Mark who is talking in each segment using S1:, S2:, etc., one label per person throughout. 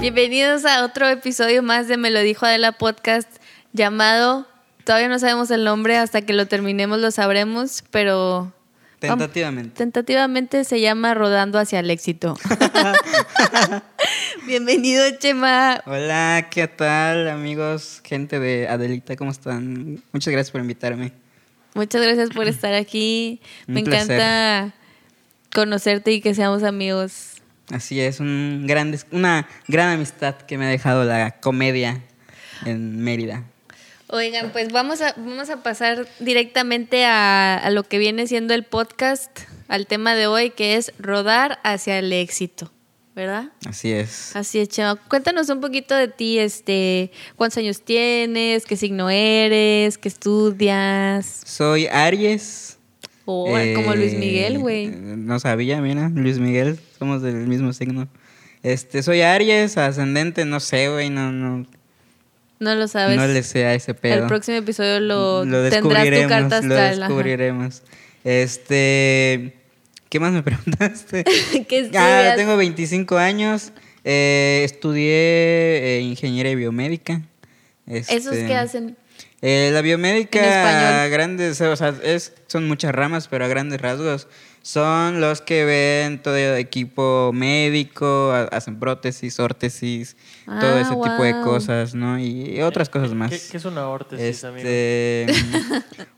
S1: Bienvenidos a otro episodio más de Me lo dijo Adela Podcast llamado Todavía no sabemos el nombre, hasta que lo terminemos lo sabremos, pero
S2: Tentativamente.
S1: tentativamente se llama Rodando hacia el éxito. Bienvenido, Chema.
S2: Hola, ¿qué tal amigos? Gente de Adelita, ¿cómo están? Muchas gracias por invitarme.
S1: Muchas gracias por estar aquí.
S2: Un
S1: Me
S2: placer.
S1: encanta conocerte y que seamos amigos.
S2: Así es, un gran des- una gran amistad que me ha dejado la comedia en Mérida.
S1: Oigan, pues vamos a, vamos a pasar directamente a, a lo que viene siendo el podcast, al tema de hoy, que es rodar hacia el éxito, ¿verdad?
S2: Así es.
S1: Así es, Chema. Cuéntanos un poquito de ti, este, cuántos años tienes, qué signo eres, qué estudias,
S2: Soy Aries.
S1: o
S2: eh,
S1: como Luis Miguel, güey.
S2: No sabía, mira, Luis Miguel, somos del mismo signo. Este, soy Aries, ascendente, no sé, güey, no, no,
S1: No lo sabes.
S2: no le sé a ese pedo.
S1: El próximo episodio lo, tendrás
S2: Lo
S1: tu
S2: descubriremos,
S1: carta
S2: lo
S1: astral. ajá.
S2: descubriremos. Este, ¿qué más me preguntaste?
S1: ¿Qué
S2: Ah,
S1: estudias?
S2: tengo 25 años. eh, estudié eh, ingeniería biomédica. Este,
S1: ¿Esos que hacen?
S2: eh, la
S1: En
S2: biomédica
S1: español.
S2: a grandes, o sea, es, son muchas ramas, pero a grandes rasgos son los que ven todo equipo médico, ha- hacen prótesis, órtesis, todo
S1: Ah,
S2: ese tipo de
S1: guau.
S2: cosas, ¿no? Y, otras cosas más.
S3: ¿Qué, qué es una órtesis, amigo?
S2: Este,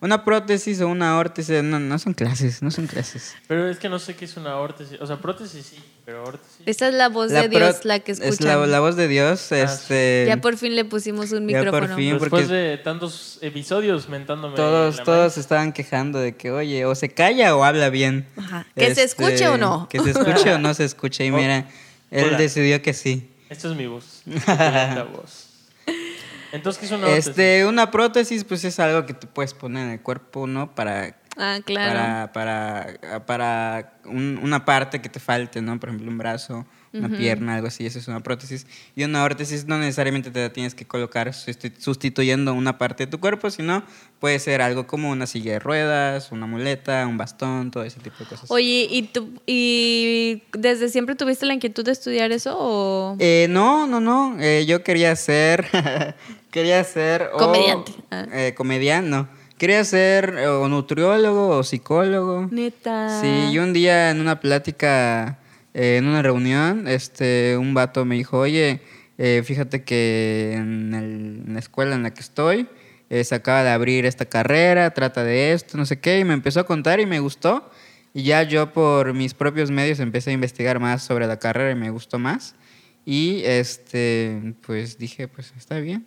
S2: una prótesis o una órtesis, no, no son clases, no son clases.
S3: Pero es que no sé qué es una órtesis. O sea, prótesis sí, pero órtesis.
S1: Esa es la voz de
S2: pro-
S1: Dios, la que escuchan.
S2: Es la, la voz de Dios,
S3: Ah,
S2: este,
S1: Ya por fin le pusimos un
S2: Ya por
S1: micrófono.
S2: fin.
S3: Después
S2: porque-
S3: de tantos episodios mentándome.
S2: todos,
S3: la
S2: todos
S3: madre.
S2: estaban quejando de que, oye, o se calla o habla bien. Este,
S1: Ajá. Que se escuche o no.
S2: Que se escuche o no se escuche. Y
S3: Oh,
S2: mira, él
S3: hola.
S2: decidió que sí.
S3: Esta es mi voz. la voz. Entonces, ¿qué es una órtesis?
S2: Este, una prótesis, pues es algo que te puedes poner en el cuerpo, ¿no? Para
S1: Ah, claro.
S2: para, para, para un- una parte que te falte, ¿no? Por ejemplo, un brazo, una pierna, algo así, eso es una prótesis. Y una órtesis no necesariamente te la tienes que colocar susti- sustituyendo una parte de tu cuerpo, sino puede ser algo como una silla de ruedas, una muleta, un bastón, todo ese tipo de cosas.
S1: Oye, ¿y, tú, ¿y desde siempre tuviste la inquietud de estudiar eso o...?
S2: Eh, no, no, no. eh, yo quería ser. quería ser. o-
S1: Comediante. Ah.
S2: eh, comedian- no. Quería ser eh, o nutriólogo o psicólogo.
S1: Neta.
S2: Sí, y un día en una plática, eh, en una reunión, este, un vato me dijo, oye, eh, fíjate que en, el- en la escuela en la que estoy eh, se acaba de abrir esta carrera, trata de esto, no sé qué, y me empezó a contar y me gustó. Y ya yo por mis propios medios empecé a investigar más sobre la carrera y me gustó más. Y este, pues dije, pues está bien.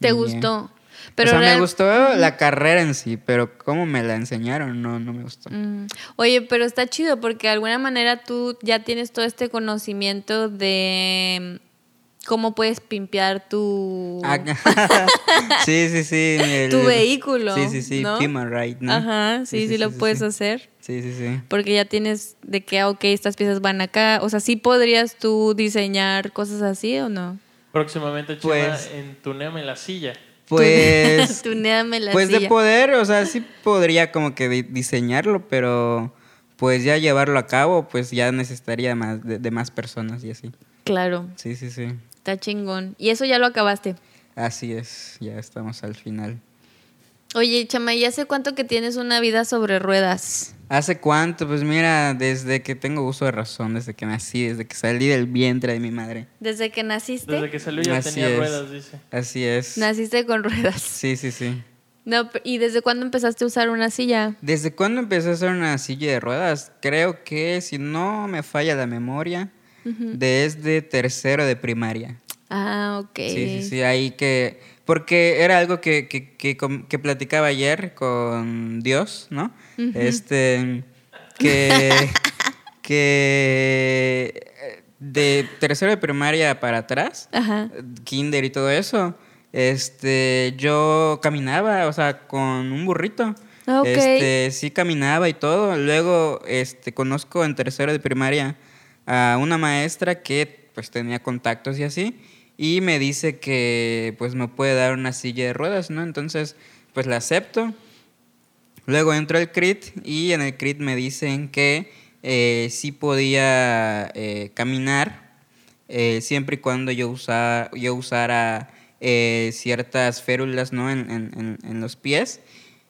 S1: ¿Te
S2: Y, eh,
S1: gustó? Pero
S2: o sea,
S1: real-
S2: me gustó la carrera en sí, pero cómo me la enseñaron, no, no me gustó.
S1: Mm. Oye, pero está chido porque de alguna manera tú ya tienes todo este conocimiento de mm, cómo puedes pimpear tu...
S2: Ah, sí, sí, sí. el-
S1: Tu vehículo,
S2: Sí, sí, sí.
S1: ¿no?
S2: Human right, ¿no?
S1: Ajá, sí, sí, lo puedes
S2: sí.
S1: hacer.
S2: Sí, sí, sí.
S1: Porque ya tienes de que, ah, ok, estas piezas van acá. O sea, ¿sí podrías tú diseñar cosas así o no?
S3: Próximamente, Chema,
S2: Pues-
S3: entuneame la silla.
S2: Pues.
S1: Tuneame la
S2: pues de
S1: silla.
S2: poder, o sea, sí podría como que di- diseñarlo, pero pues ya llevarlo a cabo, pues ya necesitaría más de, de más personas y así.
S1: Claro,
S2: Sí, sí, sí.
S1: está chingón. Y eso ya lo acabaste.
S2: Así es, ya estamos al final.
S1: Oye, Chama, ¿y hace cuánto que tienes una vida sobre ruedas?
S2: ¿Hace cuánto? Pues mira, desde que tengo uso de razón, desde que nací, desde que salí del vientre de mi madre.
S1: ¿Desde que naciste?
S3: Desde que salió ya
S2: Así
S3: tenía
S2: es.
S3: ruedas, dice.
S2: Así es.
S1: Naciste con ruedas.
S2: Sí, sí, sí.
S1: No, p- ¿y desde cuándo empezaste a usar una silla?
S2: ¿Desde cuándo empecé a hacer una silla de ruedas? Creo que, si no me falla la memoria, desde tercero de primaria.
S1: Ah, ok.
S2: Sí, sí, sí, ahí que... Porque era algo que, que, que com- que platicaba ayer con Dios, ¿no? Este, que... que eh, de tercero de primaria para atrás,
S1: Ajá.
S2: kinder y todo eso, este, yo caminaba, o sea, con un burrito.
S1: Ah, ok.
S2: Este, sí caminaba y todo. Luego, este, conozco en tercero de primaria a una maestra que, pues, tenía contactos y así, y me dice que, pues, me puede dar una silla de ruedas, ¿no? Entonces, pues, la acepto. Luego entro al CRIT y en el CRIT me dicen que eh, sí podía eh, caminar eh, siempre y cuando yo, usa- yo usara eh, ciertas férulas ¿no? en, en- en- en los pies.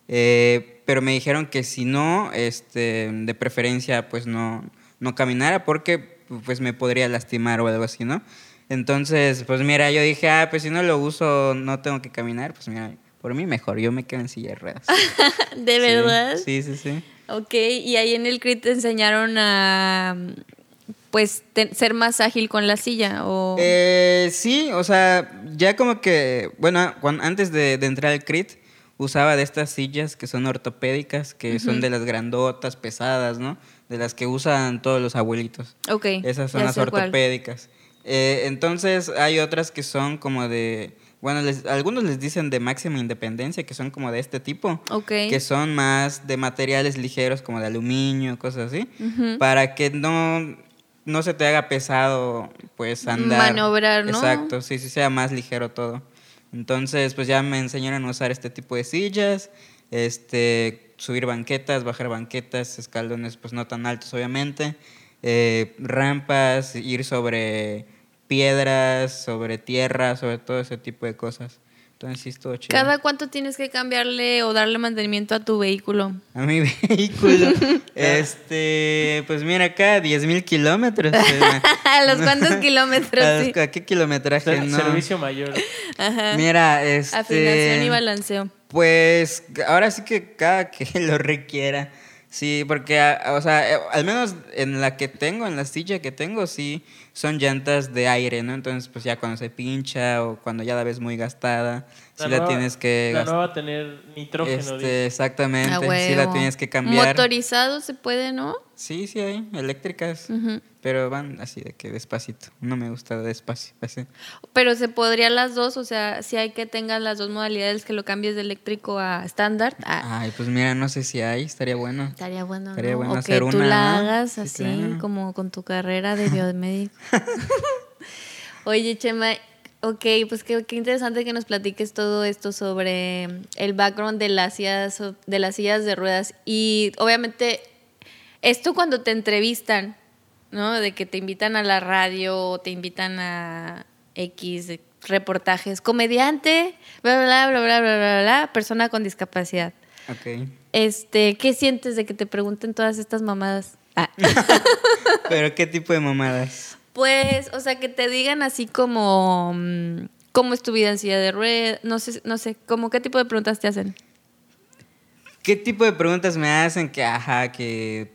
S2: Eh, pero me dijeron que si no, este, de preferencia, pues no, no caminara porque pues me podría lastimar o algo así, ¿no? Entonces, pues mira, yo dije, ah, pues si no lo uso, no tengo que caminar, pues mira, por mí mejor, yo me quedo en silla de ruedas.
S1: ¿De
S2: Eh, Sí,
S1: verdad?
S2: Sí, sí, sí.
S1: Ok, y ahí en el CRIT te enseñaron a pues te- ser más ágil con la silla o
S2: Eh, sí, o sea, ya como que, bueno, cuan- antes de, de entrar al CRIT, usaba de estas sillas que son ortopédicas, que son de las grandotas, pesadas, ¿no? De las que usan todos los abuelitos.
S1: Ok,
S2: Esas son
S1: ya
S2: las
S1: sé cuál.
S2: ortopédicas. Eh, entonces hay otras que son como de, bueno, les- algunos les dicen de máxima independencia, que son como de este tipo.
S1: Ok.
S2: Que son más de materiales ligeros como de aluminio, cosas así,
S1: Ujú.
S2: para que no, no se te haga pesado pues andar.
S1: Maniobrar, ¿no?
S2: Exacto, sí, sí sea más ligero todo. Entonces, pues ya me enseñaron a usar este tipo de sillas, este, subir banquetas, bajar banquetas, escalones pues no tan altos obviamente, eh, rampas, ir sobre piedras, sobre tierra, sobre todo ese tipo de cosas. Entonces sí estuvo chido.
S1: ¿Cada cuánto tienes que cambiarle o darle mantenimiento a tu vehículo?
S2: A mi vehículo. este, pues mira acá, 10.000 mil kilómetros.
S1: ¿A los cuántos kilómetros?
S2: ¿A
S1: sí?
S2: los- a qué kilometraje?
S3: Ser-
S2: no?
S3: Servicio mayor.
S1: Ajá.
S2: Mira, este.
S1: Afinación y balanceo.
S2: Pues ahora sí que cada que lo requiera. Sí, porque, a- o sea, eh, al menos en la que tengo, en la silla que tengo, sí, son llantas de aire, ¿no? Entonces, pues ya cuando se pincha o cuando ya la ves muy gastada, sí la,
S3: nueva-
S2: tienes que
S3: La
S2: gastar.
S3: nueva va a tener nitrógeno.
S2: Este,
S3: dice.
S2: exactamente,
S1: A
S2: sí la
S1: Ah, huevo.
S2: tienes que cambiar.
S1: Motorizado se puede, ¿no?
S2: Sí, sí hay, eléctricas,
S1: Ujú.
S2: pero van así de que despacito. No me gusta despacio. así.
S1: Pero se podría las dos, o sea, si hay que tengas las dos modalidades que lo cambies de eléctrico a estándar. Ah,
S2: Ay, pues mira, no sé si hay, estaría bueno.
S1: Estaría bueno,
S2: Estaría
S1: ¿no?
S2: bueno
S1: o que
S2: hacer
S1: tú
S2: una,
S1: la
S2: ¿no?
S1: hagas
S2: Sí,
S1: así,
S2: claro.
S1: como con tu carrera de biomédico. Oye, Chema, ok, pues qué, qué interesante que nos platiques todo esto sobre el background de las sillas, de las sillas de ruedas. Y obviamente, esto cuando te entrevistan, ¿no? De que te invitan a la radio o te invitan a X reportajes, comediante, bla, bla, bla, bla, bla, bla, bla, persona con discapacidad.
S2: Ok.
S1: Este, ¿qué sientes de que te pregunten todas estas mamadas? Ah.
S2: Pero qué tipo de mamadas.
S1: Pues, o sea, que te digan así como mm, cómo es tu vida en silla de ruedas, no sé, no sé, como qué tipo de preguntas te hacen.
S2: ¿Qué tipo de preguntas me hacen que, ajá, que,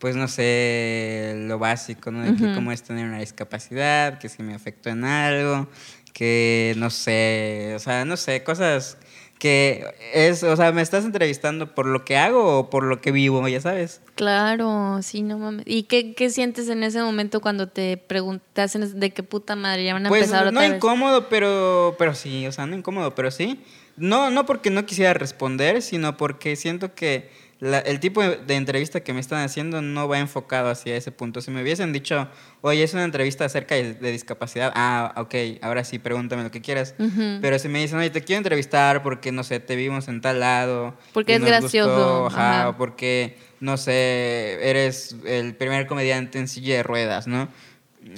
S2: pues no sé, lo básico, ¿no? De que
S1: Ujú.
S2: cómo es tener una discapacidad, que si me afectó en algo, que no sé, o sea, no sé, cosas que es, o sea, me estás entrevistando por lo que hago o por lo que vivo, ya sabes.
S1: Claro, sí, no mames. ¿Y qué, qué sientes en ese momento cuando te preguntas de qué puta madre ya van a
S2: Pues
S1: empezar
S2: no
S1: otra vez?
S2: incómodo, pero pero sí, o sea, no incómodo, pero sí. No no porque no quisiera responder, sino porque siento que la- el tipo de, de entrevista que me están haciendo no va enfocado hacia ese punto. Si me hubiesen dicho, oye, es una entrevista acerca de, de discapacidad, ah, ok, ahora sí, pregúntame lo que quieras.
S1: Ujú.
S2: Pero si me dicen, oye, te quiero entrevistar porque, no sé, te vimos en tal lado.
S1: Porque
S2: y
S1: es
S2: nos
S1: gracioso,
S2: ajá,
S1: ajá.
S2: o porque, no sé, eres el primer comediante en silla de ruedas, ¿no?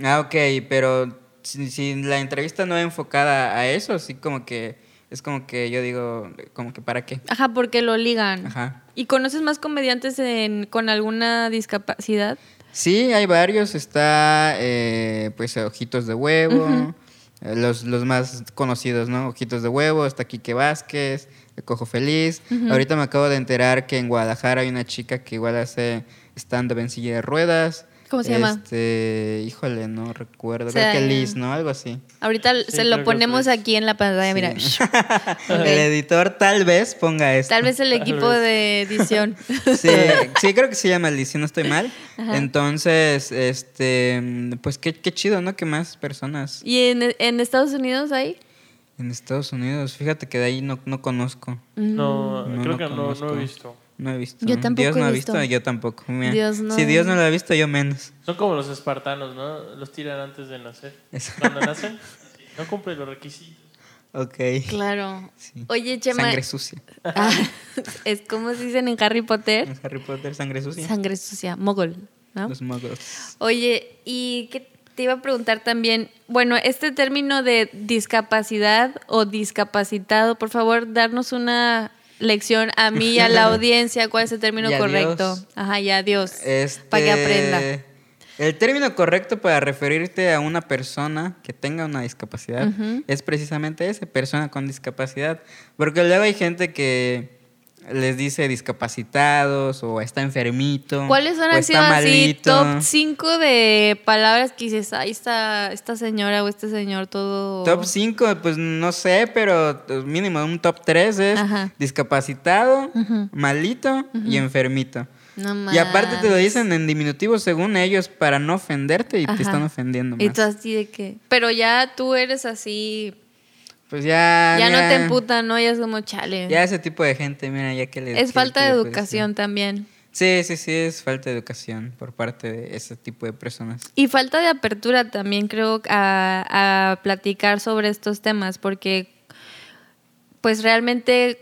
S2: Ah, ok, pero si, si la entrevista no es enfocada a eso, sí como que, es como que yo digo, como que para qué.
S1: Ajá, porque lo ligan.
S2: Ajá.
S1: ¿Y conoces más comediantes en- con alguna discapacidad?
S2: Sí, hay varios, está, eh, pues, Ojitos de Huevo, eh, los, los más conocidos, ¿no? Ojitos de Huevo, está Quique Vázquez, el Cojo Feliz. Ahorita me acabo de enterar que en Guadalajara hay una chica que igual hace stand-up en silla de ruedas.
S1: ¿Cómo se llama?
S2: Este, híjole, no recuerdo,
S1: O
S2: creo que
S1: sea,
S2: Liz, ¿no? Algo así.
S1: Ahorita
S3: Sí,
S1: se
S3: creo que
S1: lo ponemos
S3: fue.
S1: aquí en la pantalla, mira.
S2: Sí. El editor tal vez ponga esto.
S1: Tal vez el equipo de edición.
S2: Sí, sí, creo que se llama Liz, si no estoy mal.
S1: Ajá.
S2: Entonces, este, pues qué, qué chido, ¿no? Que más personas
S1: ¿Y en, en Estados Unidos hay?
S2: en Estados Unidos. Fíjate que de ahí no, no conozco,
S3: No,
S2: No, no
S3: creo que no, no
S2: conozco.
S3: he visto.
S2: no he visto.
S1: Yo tampoco
S2: Dios
S1: he
S2: no ha
S1: visto.
S2: visto, yo tampoco. Mira,
S1: Dios no.
S2: Si Dios no lo ha visto, yo menos.
S3: Son como los espartanos, ¿no? Los tiran antes de nacer.
S2: Es-
S3: Cuando nacen, no cumplen los requisitos.
S2: Ok.
S1: Mm, Claro.
S2: Sí.
S1: Oye, Chema.
S2: Sangre sucia.
S1: Ah, es como se dicen en Harry Potter.
S2: En Harry Potter, sangre sucia.
S1: Sangre sucia, mogol, ¿no?
S2: Los muggles.
S1: Oye, ¿y qué, te iba a preguntar también, bueno, este término de discapacidad o discapacitado, por favor, darnos una lección a mí y a la audiencia, cuál es el término
S2: Y adiós.
S1: correcto. Ajá, y adiós.
S2: Este,
S1: Para que aprenda.
S2: El término correcto para referirte a una persona que tenga una discapacidad es precisamente ese, persona con discapacidad. Porque luego hay gente que les dice discapacitados o está enfermito.
S1: ¿Cuáles son
S2: o
S1: han
S2: está
S1: sido así
S2: malito.
S1: top 5 de palabras que dices, ahí está esta señora o este señor todo...
S2: Top 5, pues no sé, pero pues, mínimo un top 3 es
S1: Ajá.
S2: discapacitado, malito y enfermito.
S1: No
S2: Y aparte te lo
S1: manches.
S2: dicen en diminutivo según ellos para no ofenderte y
S1: Ajá.
S2: te están ofendiendo
S1: Y
S2: más.
S1: tú así de que... Pero ya tú eres así...
S2: pues ya
S1: ya no
S2: mira,
S1: te emputan, ¿no? Ya es como chale.
S2: Ya ese tipo de gente, pues, mira, ya que le
S1: es
S2: que-
S1: falta
S2: que
S1: de
S2: le puedes
S1: educación también.
S2: decir. Sí, sí, sí, es falta de educación por parte de ese tipo de personas.
S1: Y falta de apertura también, creo, a, a platicar sobre estos temas, porque pues realmente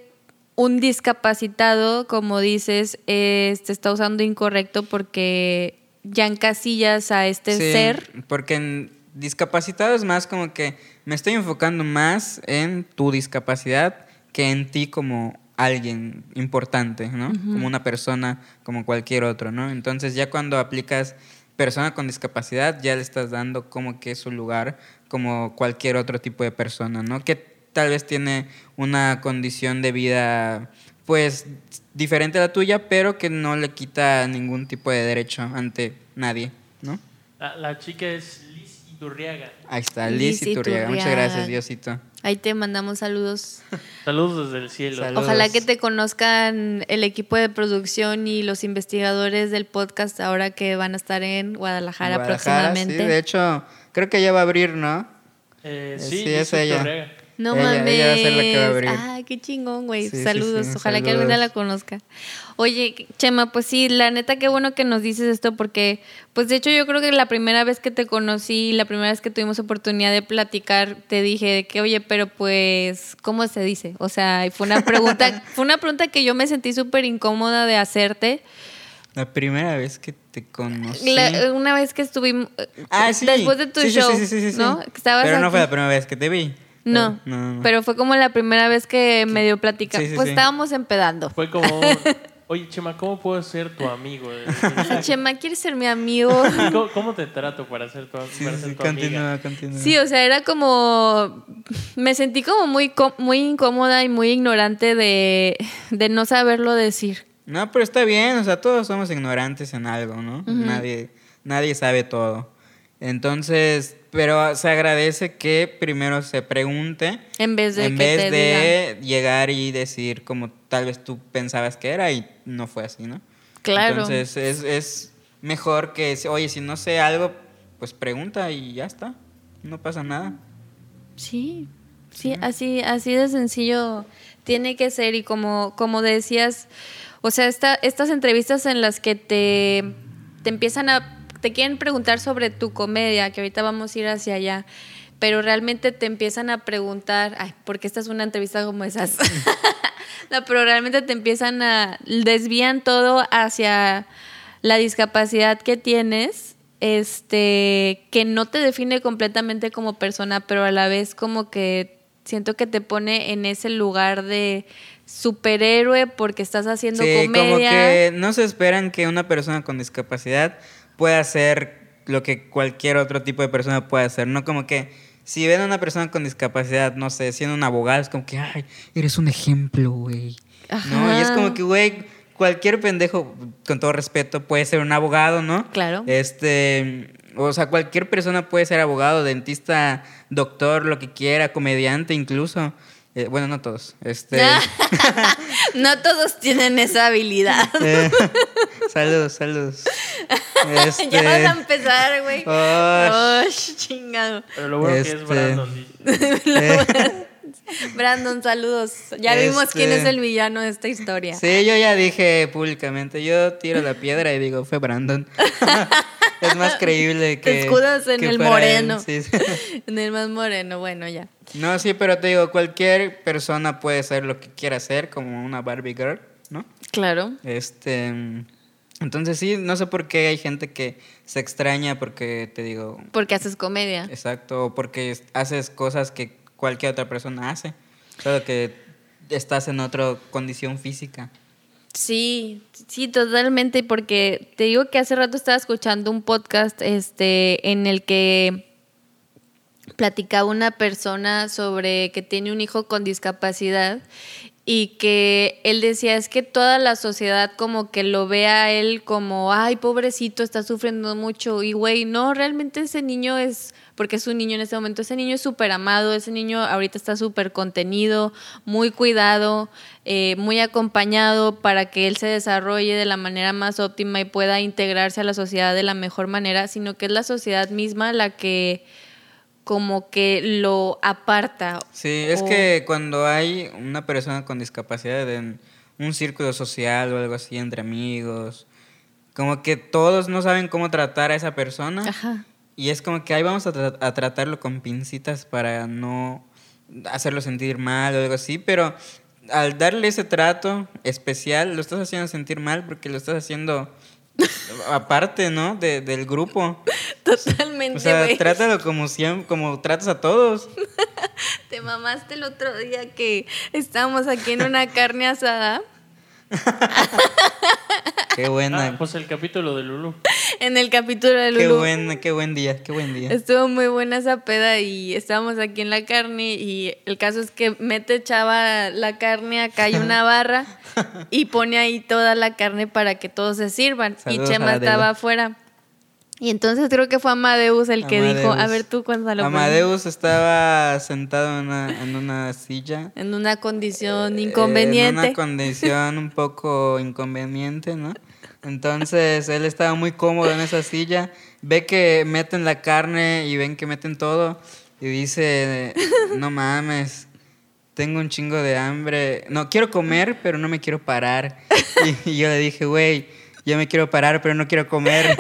S1: un discapacitado, como dices, eh, se está usando incorrecto porque ya encasillas a este
S2: Sí,
S1: ser.
S2: Porque en discapacitado es más como que me estoy enfocando más en tu discapacidad que en ti como alguien importante, ¿no? Como una persona, como cualquier otro, ¿no? Entonces ya cuando aplicas persona con discapacidad, ya le estás dando como que su lugar como cualquier otro tipo de persona, ¿no? Que tal vez tiene una condición de vida pues diferente a la tuya, pero que no le quita ningún tipo de derecho ante nadie, ¿no?
S3: La, la chica es Liz Iturriaga.
S2: Ahí está,
S1: Liz
S2: Liz Iturriaga. Muchas
S1: Iturriaga.
S2: gracias, Diosito.
S1: Ahí te mandamos saludos.
S3: Saludos desde el cielo.
S2: Saludos.
S1: Ojalá que te conozcan el equipo de producción y los investigadores del podcast ahora que van a estar en Guadalajara,
S2: Guadalajara,
S1: próximamente.
S2: Sí, de hecho, creo que ya va a abrir, ¿no? Eh,
S3: Eh, sí,
S2: sí,
S3: Liz
S2: es ella.
S3: Iturriaga.
S1: No
S2: Ella-
S1: mames.
S2: ella va a ser la que va a abrir.
S1: Ay, qué chingón, güey.
S2: Sí, sí,
S1: saludos.
S2: sí,
S1: Ojalá que algún día la
S2: saludos.
S1: conozca. Oye, Chema, pues sí, la neta, qué bueno que nos dices esto porque, pues de hecho, yo creo que la primera vez que te conocí, la primera vez que tuvimos oportunidad de platicar, te dije de que, oye, pero pues, ¿cómo se dice? O sea, y fue una pregunta, fue una pregunta que yo me sentí súper incómoda de hacerte.
S2: La primera vez que te conocí.
S1: La- una vez que estuvimos. eh,
S2: ah, sí.
S1: Después de tu
S2: Sí, sí,
S1: show.
S2: Sí, sí, sí, sí,
S1: ¿no?
S2: sí.
S1: Que estabas
S2: Pero no fue
S1: aquí.
S2: la primera vez que te vi.
S1: No,
S2: Pero- no, no.
S1: pero fue como la primera vez que medio platica.
S2: Sí, sí,
S1: pues
S2: sí.
S1: estábamos empedando.
S3: Fue como, un, oye, Chema, ¿cómo puedo ser tu amigo?
S1: Chema, ¿quieres ser mi amigo?
S3: ¿Cómo, cómo te trato para ser tu,
S2: Sí,
S3: para
S2: sí,
S3: ser
S2: sí,
S3: tu amiga?
S2: continúa, continúa.
S1: Sí, o sea, era como. Me sentí como muy, co- muy incómoda y muy ignorante de, de no saberlo decir.
S2: No, pero está bien, o sea, todos somos ignorantes en algo, ¿no? Nadie nadie sabe todo. Entonces, pero se agradece que primero se pregunte
S1: En vez de
S2: en
S1: que te
S2: vez de llegar y decir como tal vez tú pensabas que era y no fue así, ¿no?
S1: Claro.
S2: Entonces, es, es mejor que, si- oye, si no sé algo, pues pregunta y ya está. No pasa nada.
S1: digan. Sí, sí, así, así de sencillo tiene que ser. Y como, como decías, o sea, esta- estas entrevistas en las que te, te empiezan a. te quieren preguntar sobre tu comedia, que ahorita vamos a ir hacia allá. Pero realmente te empiezan a preguntar, ay, porque esta es una entrevista como esas. No, pero realmente te empiezan a. desvían todo hacia la discapacidad que tienes, este, que no te define completamente como persona, pero a la vez como que siento que te pone en ese lugar de superhéroe porque estás haciendo
S2: Sí,
S1: comedia.
S2: como que no se esperan que una persona con discapacidad pueda hacer lo que cualquier otro tipo de persona puede hacer, ¿no? Como que si ven a una persona con discapacidad, no sé, siendo un abogado, es como que, ay, eres un ejemplo, güey. ¿No? Y es
S1: Ajá.
S2: como que, güey, cualquier pendejo, con todo respeto, puede ser un abogado, ¿no?
S1: Claro.
S2: Este, o sea, cualquier persona puede ser abogado, dentista, doctor, lo que quiera, comediante incluso. Eh, bueno, no todos. Este,
S1: Ah. no todos tienen esa habilidad.
S2: eh, saludos, saludos.
S1: ya vas a
S2: Este,
S1: empezar, güey.
S2: Ay.
S1: Ay, chingado.
S3: Pero lo bueno que
S2: Este-
S3: es Brandon. di-
S2: eh,
S1: Brandon, saludos. Ya vimos
S2: Este-
S1: quién es el villano de esta historia.
S2: sí, yo ya dije públicamente, yo tiro la piedra y digo, fue Brandon. es más creíble que...
S1: Te escudas en
S2: que
S1: el
S2: fuera él,
S1: moreno.
S2: sí, sí.
S1: En el más moreno, bueno, ya.
S2: No, sí, pero te digo, cualquier persona puede ser lo que quiera ser, como una Barbie Girl, ¿no?
S1: Claro.
S2: Este. mm, Entonces sí, no sé por qué hay gente que se extraña porque te digo,
S1: Porque haces comedia.
S2: exacto, o porque es- haces cosas que cualquier otra persona hace, solo que estás en otra condición física.
S1: Sí, sí, totalmente, porque te digo que hace rato estaba escuchando un podcast este, en el que platicaba una persona sobre que tiene un hijo con discapacidad y que él decía es que toda la sociedad como que lo ve a él como, ay, pobrecito, está sufriendo mucho. Y güey, no, realmente ese niño es, porque es un niño en ese momento, ese niño es súper amado, ese niño ahorita está súper contenido, muy cuidado, eh, muy acompañado para que él se desarrolle de la manera más óptima y pueda integrarse a la sociedad de la mejor manera, sino que es la sociedad misma la que como que lo aparta.
S2: Sí, es
S1: o-
S2: que cuando hay una persona con discapacidad en un círculo social o algo así entre amigos, como que todos no saben cómo tratar a esa persona.
S1: Ajá.
S2: Y es como que ahí vamos a, tra- a tratarlo con pincitas para no hacerlo sentir mal o algo así, pero al darle ese trato especial, lo estás haciendo sentir mal porque lo estás haciendo aparte, ¿no? De- del grupo.
S1: Totalmente,
S2: O sea,
S1: güey.
S2: trátalo como, siempre, como tratas a todos.
S1: Te mamaste el otro día que estábamos aquí en una carne asada,
S2: Qué buena.
S3: Ah, pues el capítulo de Lulu.
S1: en el capítulo de
S2: Qué
S1: Lulu.
S2: buen, qué buen día, qué buen día.
S1: Estuvo muy buena esa peda y estábamos aquí en la carne y el caso es que Mete echaba la carne acá hay una barra y pone ahí toda la carne para que todos se sirvan
S2: Saludos
S1: y
S2: a
S1: Chema
S2: la Adela.
S1: estaba afuera. Y entonces creo que fue Amadeus el que dijo,
S2: Amadeus.
S1: a ver tú cuéntalo. Juan".
S2: Amadeus estaba sentado en una, en una silla. eh,
S1: En una condición
S2: En
S1: inconveniente.
S2: una condición un poco inconveniente, ¿no? Entonces él estaba muy cómodo en esa silla. Ve que meten la carne y ven que meten todo. Y dice: No mames, tengo un chingo de hambre. No, quiero comer, pero no me quiero parar. Y, y yo le dije: Güey, yo me quiero parar, pero no quiero comer.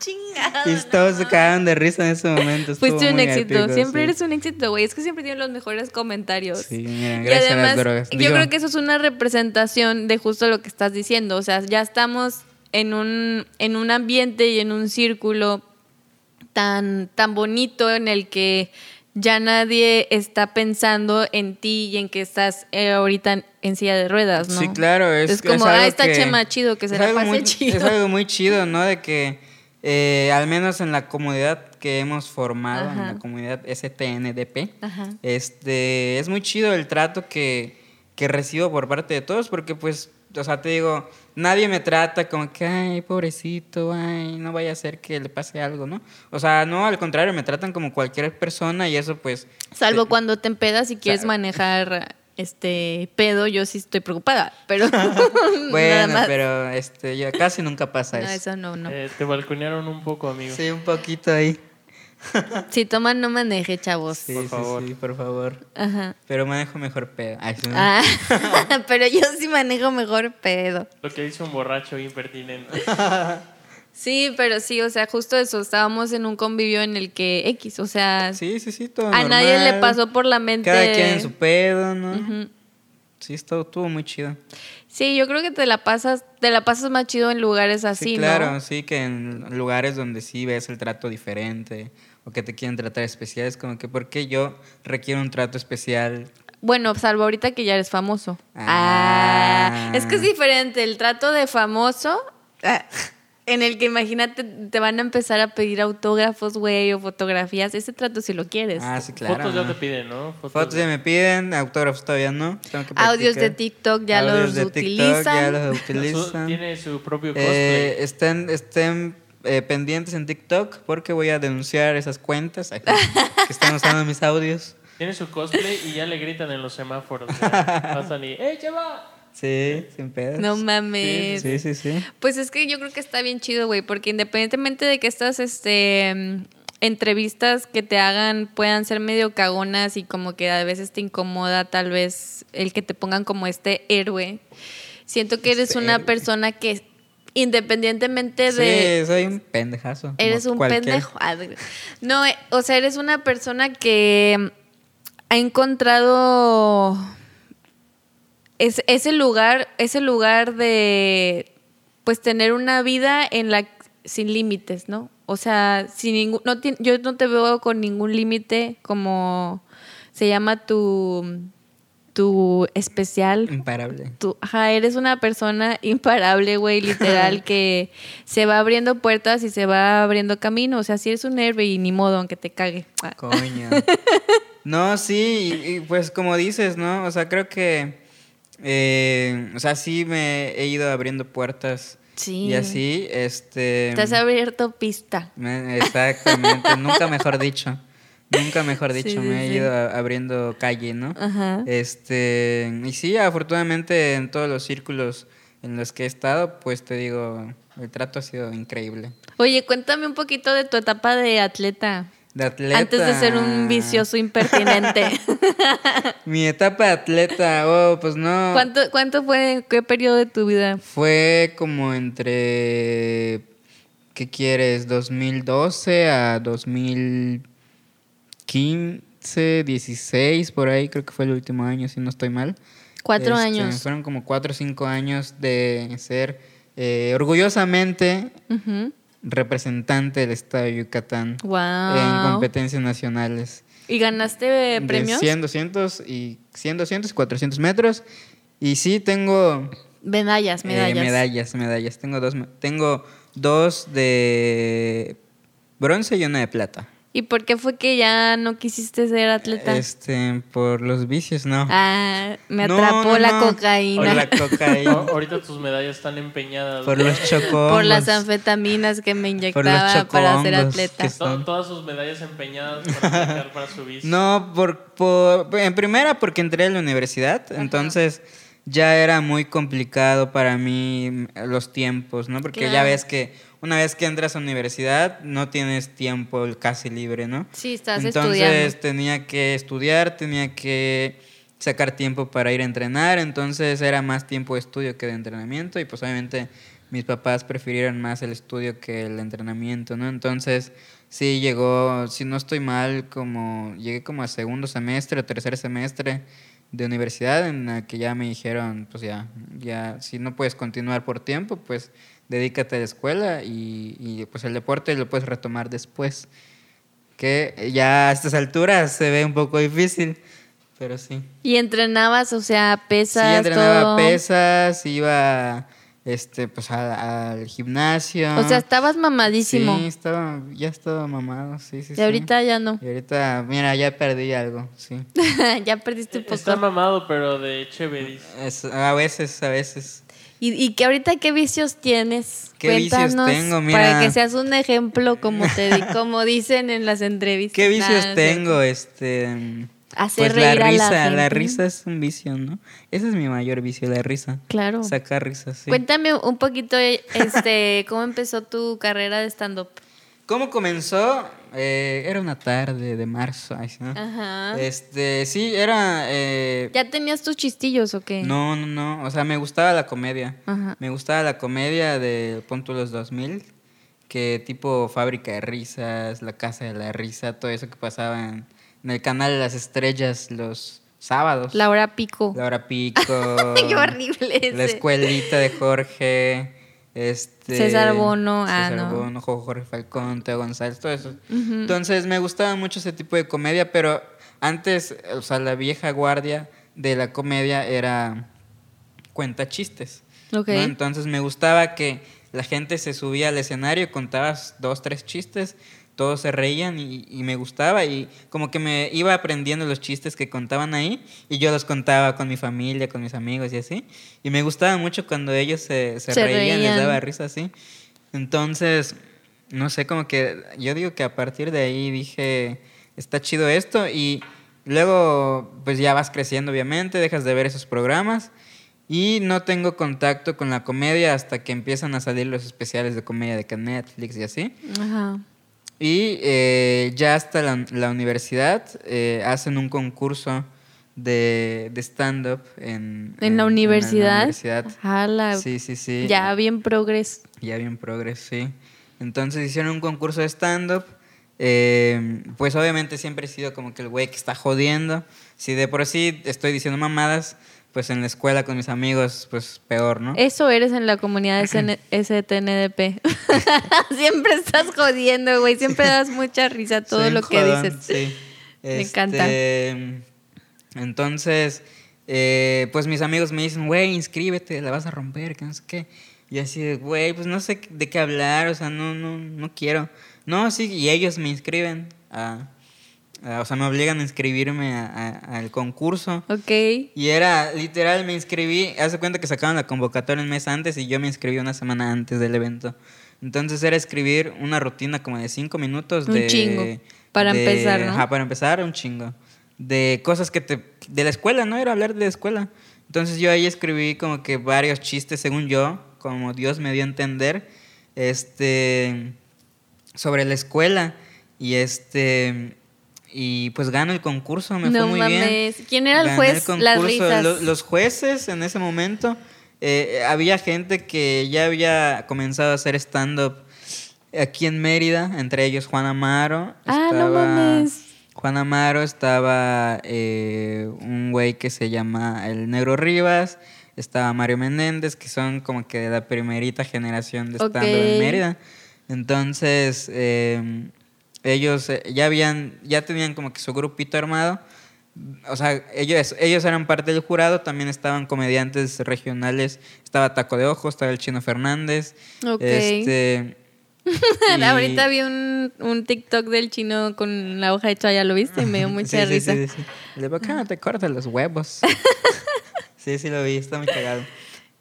S1: Chingado,
S2: Y
S1: no
S2: todos se
S1: mames.
S2: cagaron de risa en ese momento. estuvo
S1: Fuiste un
S2: muy
S1: éxito,
S2: épico,
S1: siempre
S2: sí.
S1: eres un éxito, güey. Es que siempre tienes los mejores comentarios.
S2: Sí, mira,
S1: Y
S2: gracias a las
S1: además,
S2: drogas.
S1: Yo
S2: Digo,
S1: creo que eso es una representación de justo lo que estás diciendo. O sea, ya estamos en un, en un ambiente y en un círculo tan, tan bonito en el que ya nadie está pensando en ti y en que estás eh, ahorita en, en silla de ruedas, pues, ¿no?
S2: Sí, claro. Es,
S1: Es como,
S2: es algo
S1: ah, está
S2: que-
S1: Chema chido, que se
S2: es
S1: la
S2: algo
S1: pase
S2: muy-
S1: chido.
S2: Es algo muy chido, ¿no? De que, eh, al menos en la comunidad que hemos formado, en
S1: Ajá.
S2: la comunidad STNDP,
S1: Ajá.
S2: este, es muy chido el trato que, que recibo por parte de todos, porque pues, o sea, te digo, nadie me trata como que, ay, pobrecito, ay, no vaya a ser que le pase algo, ¿no? O sea, no, al contrario, me tratan como cualquier persona y eso pues...
S1: Salvo
S2: te-
S1: cuando te empedas y quieres
S2: Sa-
S1: manejar este pedo, yo sí estoy preocupada, pero nada
S2: Bueno,
S1: más.
S2: pero este, ya casi nunca pasa
S1: no,
S2: eso.
S1: eso no, no.
S3: Eh, te balconearon un poco, amigo.
S2: Sí, un poquito ahí.
S1: Si toman, no maneje, chavos.
S2: Sí,
S3: Por
S2: sí,
S3: favor.
S2: sí, por favor.
S1: Ajá.
S2: Pero manejo mejor pedo. Ay, sí.
S1: Ah, pero yo sí manejo mejor pedo.
S3: Lo que hizo un borracho impertinente.
S1: Sí, pero sí, o sea, justo eso, estábamos en un convivio en el que X, o sea,
S2: Sí, sí, sí, todo
S1: a nadie
S2: normal.
S1: le pasó por la mente.
S2: Cada quien en su pedo, ¿no?
S1: Ujú.
S2: Sí, estuvo, estuvo muy chido.
S1: Sí, yo creo que te la pasas, te la pasas más chido en lugares así,
S2: Sí, claro,
S1: Ah, ¿no?
S2: sí, que en lugares donde sí ves el trato diferente o que te quieren tratar especial, es como que, ¿por qué yo requiero un trato especial?
S1: Bueno, salvo ahorita que ya eres famoso.
S2: Ah.
S1: Ah, es que es diferente el trato de famoso ah, en el que imagínate te van a empezar a pedir autógrafos, güey, o fotografías. Ese trato si lo quieres.
S2: Ah, sí, claro.
S3: Fotos ya
S2: ¿no?
S3: te piden, ¿no? Fotos,
S2: Fotos ya me piden, autógrafos todavía no. tengo que
S1: Audios
S2: practicar.
S1: de TikTok ya
S2: Audios
S1: los
S2: de TikTok Ya
S1: utilizan.
S2: los
S3: Su-
S2: utilizan.
S3: Tiene su propio cosplay.
S2: Eh, estén estén eh, pendientes en TikTok porque voy a denunciar esas cuentas aquí, que están usando mis audios.
S3: Tiene su cosplay y ya le gritan en los semáforos. ya. Pasan y, ¡eh, chava!
S2: Sí, sin pedos.
S1: No mames.
S2: Sí, sí, sí.
S1: Pues es que yo creo que está bien chido, güey, porque independientemente de que estas este, mm, entrevistas que te hagan puedan ser medio cagonas y como que a veces te incomoda tal vez el que te pongan como este héroe, siento que eres
S2: Este
S1: una
S2: héroe.
S1: persona que independientemente de...
S2: Sí, soy un pendejazo. como
S1: Eres un
S2: cualquier-
S1: pendejo. Ah, de- No, eh, o sea, eres una persona que mm, ha encontrado es- ese lugar, ese lugar de pues tener una vida en la sin límites, ¿no? O sea, sin ningún no ti- yo no te veo con ningún límite como se llama tu tu especial
S2: Imparable.
S1: tú, ajá, eres una persona imparable, güey, literal, que se va abriendo puertas y se va abriendo camino. O sea, si eres un héroe y ni modo, aunque te cague. Ah,
S2: Coño. No, sí, y- y pues como dices, ¿no? O sea, creo que. eh, o sea, sí me he ido abriendo puertas.
S1: Sí.
S2: Y así, este.
S1: Te has abierto pista.
S2: me- exactamente. nunca mejor dicho. Nunca mejor
S1: Sí,
S2: dicho.
S1: sí,
S2: me he
S1: sí.
S2: ido a- abriendo calle, ¿no?
S1: Ajá.
S2: Este, y sí, afortunadamente en todos los círculos en los que he estado, pues te digo, el trato ha sido increíble.
S1: Oye, cuéntame un poquito de tu etapa de atleta.
S2: De atleta.
S1: Antes de ser un vicioso impertinente.
S2: Mi etapa de atleta, oh, pues no.
S1: ¿Cuánto, ¿Cuánto fue? ¿Qué periodo de tu vida?
S2: Fue como entre, ¿qué quieres? 2012 a 2015, 16, por ahí creo que fue el último año, si no estoy mal.
S1: Cuatro
S2: Este,
S1: años.
S2: Fueron como cuatro o cinco años de ser eh, orgullosamente
S1: Ujú.
S2: representante del estado de Yucatán en
S1: Wow.
S2: competencias nacionales.
S1: ¿Y ganaste
S2: De
S1: premios?
S2: 100, 200 y 100, 200, 400 metros. Y sí, tengo
S1: Medallas,
S2: eh,
S1: medallas.
S2: medallas, medallas. Tengo dos, me- tengo dos de bronce y una de plata.
S1: ¿Y por qué fue que ya no quisiste ser atleta?
S2: Este, por los vicios, no.
S1: Ah, me
S2: No,
S1: atrapó
S2: no,
S1: la
S2: no.
S1: cocaína.
S2: Por la
S3: A-
S2: cocaína.
S3: Ahorita tus medallas están empeñadas.
S2: por
S3: güey.
S2: los chocobos.
S1: Por las anfetaminas que me inyectaba para
S2: chocohongos
S1: ser atleta.
S2: que
S3: To- Todas sus medallas empeñadas para sacar para su bici.
S2: No, por, por- en primera porque entré a la universidad, entonces ya era muy complicado para mí mm, los tiempos, ¿no? Porque ya
S1: Claro.
S2: ves que una vez que entras a la universidad no tienes tiempo casi libre, ¿no?
S1: Sí, estás
S2: entonces
S1: estudiando.
S2: tenía que estudiar, tenía que sacar tiempo para ir a entrenar, entonces era más tiempo de estudio que de entrenamiento y pues obviamente mis papás prefirieron más el estudio que el entrenamiento, ¿no? Entonces sí llegó, si no estoy mal, como llegué como a segundo semestre o tercer semestre de universidad en la que ya me dijeron, pues ya, ya, si no puedes continuar por tiempo, pues dedícate a la escuela y, y pues el deporte lo puedes retomar después que ya a estas alturas se ve un poco difícil, pero sí.
S1: Y entrenabas, o sea,
S2: Sí,
S1: pesas,
S2: entrenaba
S1: todo.
S2: pesas, iba este, pues, a- al gimnasio.
S1: O sea, estabas mamadísimo.
S2: Sí, estaba, ya estaba mamado, sí, sí.
S1: y
S2: sí.
S1: ahorita ya no.
S2: Y ahorita, mira, ya perdí algo, sí.
S1: ya perdiste un
S3: Está
S1: poco.
S3: mamado, pero de chévere. dice.
S2: Es- a veces, a veces.
S1: ¿Y, y que ahorita qué vicios tienes?
S2: ¿Qué vicios
S1: Cuéntanos
S2: tengo?
S1: para
S2: Mira.
S1: que seas un ejemplo como te di- como dicen en las entrevistas.
S2: ¿Qué vicios
S1: Nah, no sé.
S2: tengo? Este.
S1: Hacer
S2: pues la
S1: reír a la
S2: risa, la
S1: gente.
S2: risa es un vicio, ¿no? Ese es mi mayor vicio, la risa.
S1: Claro.
S2: Sacar risas, sí.
S1: Cuéntame un poquito este cómo empezó tu carrera de stand up.
S2: ¿Cómo comenzó? Eh, era una tarde de marzo. ay, sí, ¿no?
S1: Ajá.
S2: Este, sí, era. eh,
S1: ¿Ya tenías tus chistillos o qué?
S2: no, no, no. O sea, me gustaba la comedia.
S1: Ajá.
S2: Me gustaba la comedia de Ponto los 2000, que tipo Fábrica de Risas, La Casa de la Risa, todo eso que pasaba en, en el canal de las estrellas los sábados.
S1: La hora pico.
S2: La hora pico.
S1: Qué horrible ese.
S2: La escuelita de Jorge. Este,
S1: César Bono, ah,
S2: César
S1: no.
S2: Bono, Jo- Jorge Falcón, Teo González, todo eso. Entonces me gustaba mucho ese tipo de comedia, pero antes, o sea, la vieja guardia de la comedia era cuenta chistes.
S1: Ok.
S2: ¿no? Entonces me gustaba que la gente se subía al escenario, contabas dos, tres chistes, todos se reían y, y me gustaba y como que me iba aprendiendo los chistes que contaban ahí y yo los contaba con mi familia, con mis amigos y así. Y me gustaba mucho cuando ellos se, se
S1: Se
S2: reían, les
S1: reían.
S2: daba risa así. Entonces, no sé, como que yo digo que a partir de ahí dije, está chido esto y luego pues ya vas creciendo obviamente, dejas de ver esos programas y no tengo contacto con la comedia hasta que empiezan a salir los especiales de comedia de que Netflix y así.
S1: Ajá.
S2: Y eh, ya hasta la, la universidad eh, hacen un concurso de, de stand-up en,
S1: En la universidad.
S2: universidad.
S1: Jala.
S2: Sí, sí, sí.
S1: Ah, Ya bien progres.
S2: Ya bien progres, sí. Entonces hicieron un concurso de stand-up. eh, pues obviamente siempre he sido como que el güey que está jodiendo. Si de por sí estoy diciendo mamadas, pues en la escuela con mis amigos, pues peor, ¿no?
S1: Eso eres en la comunidad SN STNDP. siempre estás jodiendo, güey. Siempre das mucha risa a todo
S2: Soy un
S1: lo que
S2: jodón,
S1: dices.
S2: sí. Este,
S1: Me encanta.
S2: Entonces, eh, pues mis amigos me dicen, güey, inscríbete, la vas a romper, que no sé qué. Y así, de, güey, pues no sé de qué hablar, o sea, no, no, no quiero. No, sí, y ellos me inscriben a- a- o sea, me obligan a inscribirme a- a- al concurso.
S1: Ok.
S2: Y era, literal, me inscribí. Hace cuenta que sacaron la convocatoria un mes antes y yo me inscribí una semana antes del evento. Entonces era escribir una rutina como de cinco minutos.
S1: Un
S2: de,
S1: chingo, para
S2: de-
S1: empezar, ¿no?
S2: Ajá, para empezar, un chingo. De cosas que te. De la escuela, ¿no? Era hablar de la escuela. Entonces yo ahí escribí como que varios chistes, según yo, como Dios me dio a entender. Este sobre la escuela y este y pues gano el concurso me
S1: No
S2: fue muy
S1: mames.
S2: bien
S1: ¿Quién era el
S2: Gané
S1: juez? Las risas.
S2: Lo- los jueces en ese momento eh, eh, había gente que ya había comenzado a hacer stand up aquí en Mérida entre ellos Juan Amaro
S1: Ah, no mames.
S2: Juan Amaro estaba eh, un güey que se llama el Negro Rivas estaba Mario Menéndez que son como que de la primerita generación de stand up en
S1: Ok.
S2: Mérida entonces, eh, ellos eh, ya habían, ya tenían como que su grupito armado. O sea, ellos, ellos eran parte del jurado, también estaban comediantes regionales. Estaba Taco de Ojo, estaba el Chino Fernández.
S1: Ok.
S2: Este, y-
S1: Ahorita vi un, un TikTok del chino con la hoja de chaya, ¿lo viste? Y me dio mucha
S2: Sí, sí,
S1: risa.
S2: Sí, sí, sí. Le digo, "¿Qué no te cortas los huevos. sí, sí lo vi, está muy cagado.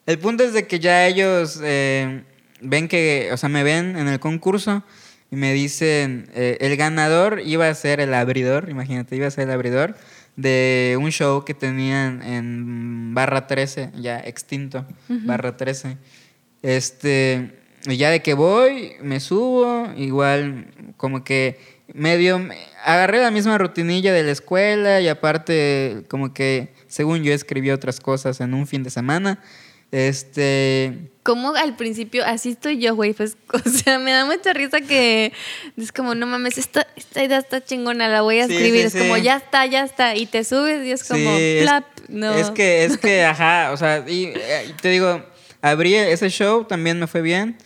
S2: El punto es de que ya ellos eh, ven que, o sea, me ven en el concurso y me dicen, eh, el ganador iba a ser el abridor, imagínate, iba a ser el abridor de un show que tenían en Barra 13, ya extinto, Barra 13. Este, y ya de que voy, me subo, igual como que medio me- agarré la misma rutinilla de la escuela y aparte como que según yo escribí otras cosas en un fin de semana. Este,
S1: Como al principio, así estoy yo, güey. Pues, o sea, me da mucha risa que es como, no mames, esta, esta idea está chingona, la voy a
S2: Sí,
S1: escribir.
S2: sí,
S1: es como,
S2: sí.
S1: ya está, ya está. Y te subes y es como,
S2: Sí, es-
S1: plap. no.
S2: Es que, es que, ajá, o sea, y, eh, te digo, abrí ese show, también me fue bien.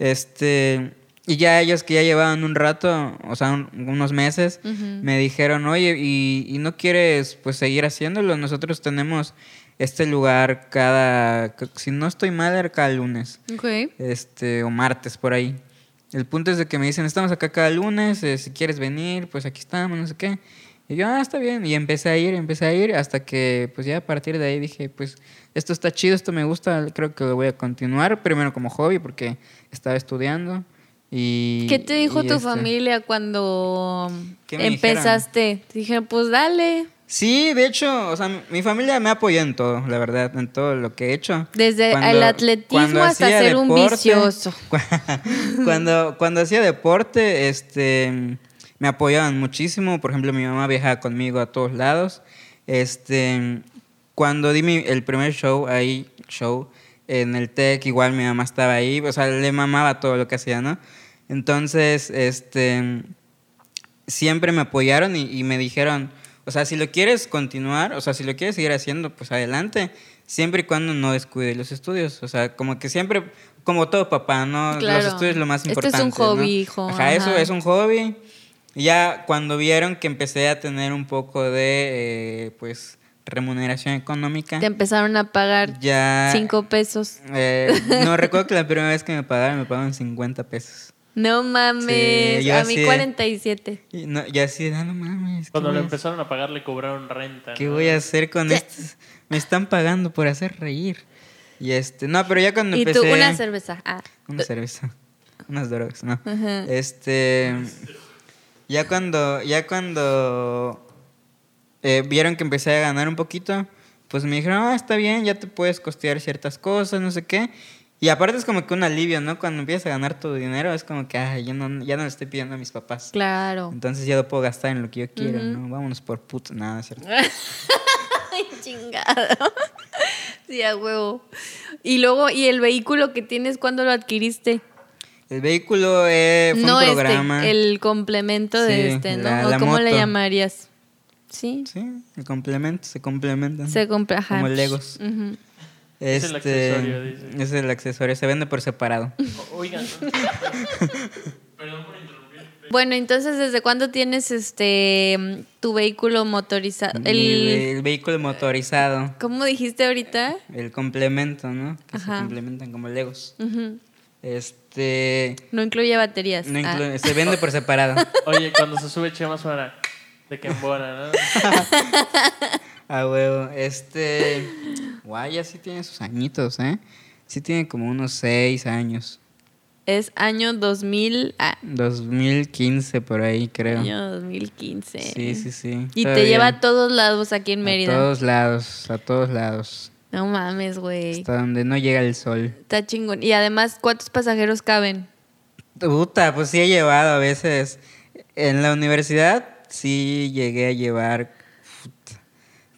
S2: Este, y ya ellos que ya llevaban un rato, o sea, un- unos meses, me dijeron, oye, y, y no quieres pues seguir haciéndolo? Nosotros tenemos este lugar cada, si no estoy mal, era cada lunes
S1: Ok.
S2: este, o martes por ahí. El punto es de que me dicen, estamos acá cada lunes, eh, si quieres venir, pues aquí estamos, no sé qué. Y yo, ah, está bien. Y empecé a ir, empecé a ir, hasta que pues ya a partir de ahí dije, pues esto está chido, esto me gusta, creo que lo voy a continuar, primero como hobby, porque estaba estudiando. Y,
S1: ¿Qué te dijo
S2: y,
S1: tu
S2: este,
S1: familia cuando
S2: ¿Qué me
S1: empezaste? Te dijeron, pues dale.
S2: Sí, de hecho, o sea, mi- mi familia me apoyó en todo, la verdad, en todo lo que he hecho.
S1: Desde el atletismo
S2: cuando
S1: hasta
S2: hacía
S1: ser un vicioso.
S2: cu- Cuando, cuando hacía deporte, este, me apoyaban muchísimo. Por ejemplo, mi mamá viajaba conmigo a todos lados. Este, cuando di mi- el primer show ahí, show en el TEC, igual mi mamá estaba ahí. O sea, le mamaba todo lo que hacía, ¿no? Entonces, este siempre me apoyaron y, y me dijeron, o sea, si lo quieres continuar, o sea, si lo quieres seguir haciendo, pues adelante, siempre y cuando no descuide los estudios, o sea, como que siempre, como todo papá, ¿no?
S1: Claro.
S2: Los estudios es lo más
S1: Este es un
S2: importante.
S1: hobby,
S2: ¿no?
S1: hijo,
S2: Ajá, eso
S1: ajá.
S2: es un hobby. Y Ya cuando vieron que empecé a tener un poco de, eh, pues, remuneración económica,
S1: Te empezaron a pagar
S2: ya...
S1: cinco pesos.
S2: eh, no recuerdo que la primera vez que me pagaron, me pagaron 50 pesos.
S1: No mames,
S2: Sí, yo
S1: a mí
S2: así de-
S1: 47.
S2: Y, no, y así, ah, no mames. ¿qué
S3: Cuando lo
S2: voy a hacer?
S3: empezaron a pagar le cobraron renta.
S2: ¿Qué
S3: ¿no?
S2: voy a hacer con esto? Me están pagando por hacer reír. Y este, no, pero ya cuando
S1: Y
S2: empecé
S1: tú una cerveza. Ah.
S2: una cerveza, unas drogas, no.
S1: Ajá.
S2: Este, ya cuando ya cuando eh, vieron que empecé a ganar un poquito, pues me dijeron, "Ah, está bien, ya te puedes costear ciertas cosas, no sé qué." Y aparte es como que un alivio, ¿no? Cuando empiezas a ganar tu dinero es como que, "Ay, ya no ya no le estoy pidiendo a mis papás."
S1: Claro.
S2: Entonces ya lo puedo gastar en lo que yo quiero, ¿no? Vámonos por puto, nada, ¿cierto?
S1: Ay, chingado. Sí, a huevo. Y luego, ¿y el vehículo que tienes, cuándo lo adquiriste?
S2: El vehículo eh, fue
S1: no
S2: un programa.
S1: este, el complemento de
S2: Sí,
S1: este, ¿no?
S2: la-
S1: ¿O
S2: la
S1: ¿Cómo le
S2: moto.
S1: llamarías? Sí.
S2: Sí, el complemento, se complementan.
S1: Se compra. ajá.
S2: Como Legos.
S1: Ujú.
S3: Es
S2: Este,
S3: el accesorio, dice.
S2: Es el accesorio, se vende por separado.
S3: O- Oigan. Perdón por interrumpir.
S1: Bueno, entonces, ¿desde cuándo tienes este mm, tu vehículo motorizado?
S2: Y
S1: El,
S2: el vehículo motorizado,
S1: ¿Cómo dijiste ahorita?
S2: el complemento, ¿no? Que se
S1: Ajá.
S2: complementan como Legos.
S1: Ujú.
S2: Este.
S1: No incluye baterías.
S2: no
S1: Ah.
S2: inclu- Se vende por separado.
S3: Oye, cuando se sube Chema suena de que embona, ¿no?
S2: A huevo. Este. Guay, ya sí tiene sus añitos, ¿eh? Sí tiene como unos seis años.
S1: Es año 2000, ah,
S2: 2015 por ahí, creo.
S1: año 2015.
S2: Sí, sí, sí.
S1: Y te
S2: Todavía.
S1: lleva a todos lados aquí en
S2: A
S1: Mérida.
S2: todos lados, a todos lados.
S1: No mames, güey.
S2: Hasta donde no llega el sol.
S1: Está chingón. Y además, ¿cuántos pasajeros caben?
S2: Puta, pues sí he llevado a veces. En la universidad sí llegué a llevar. puta,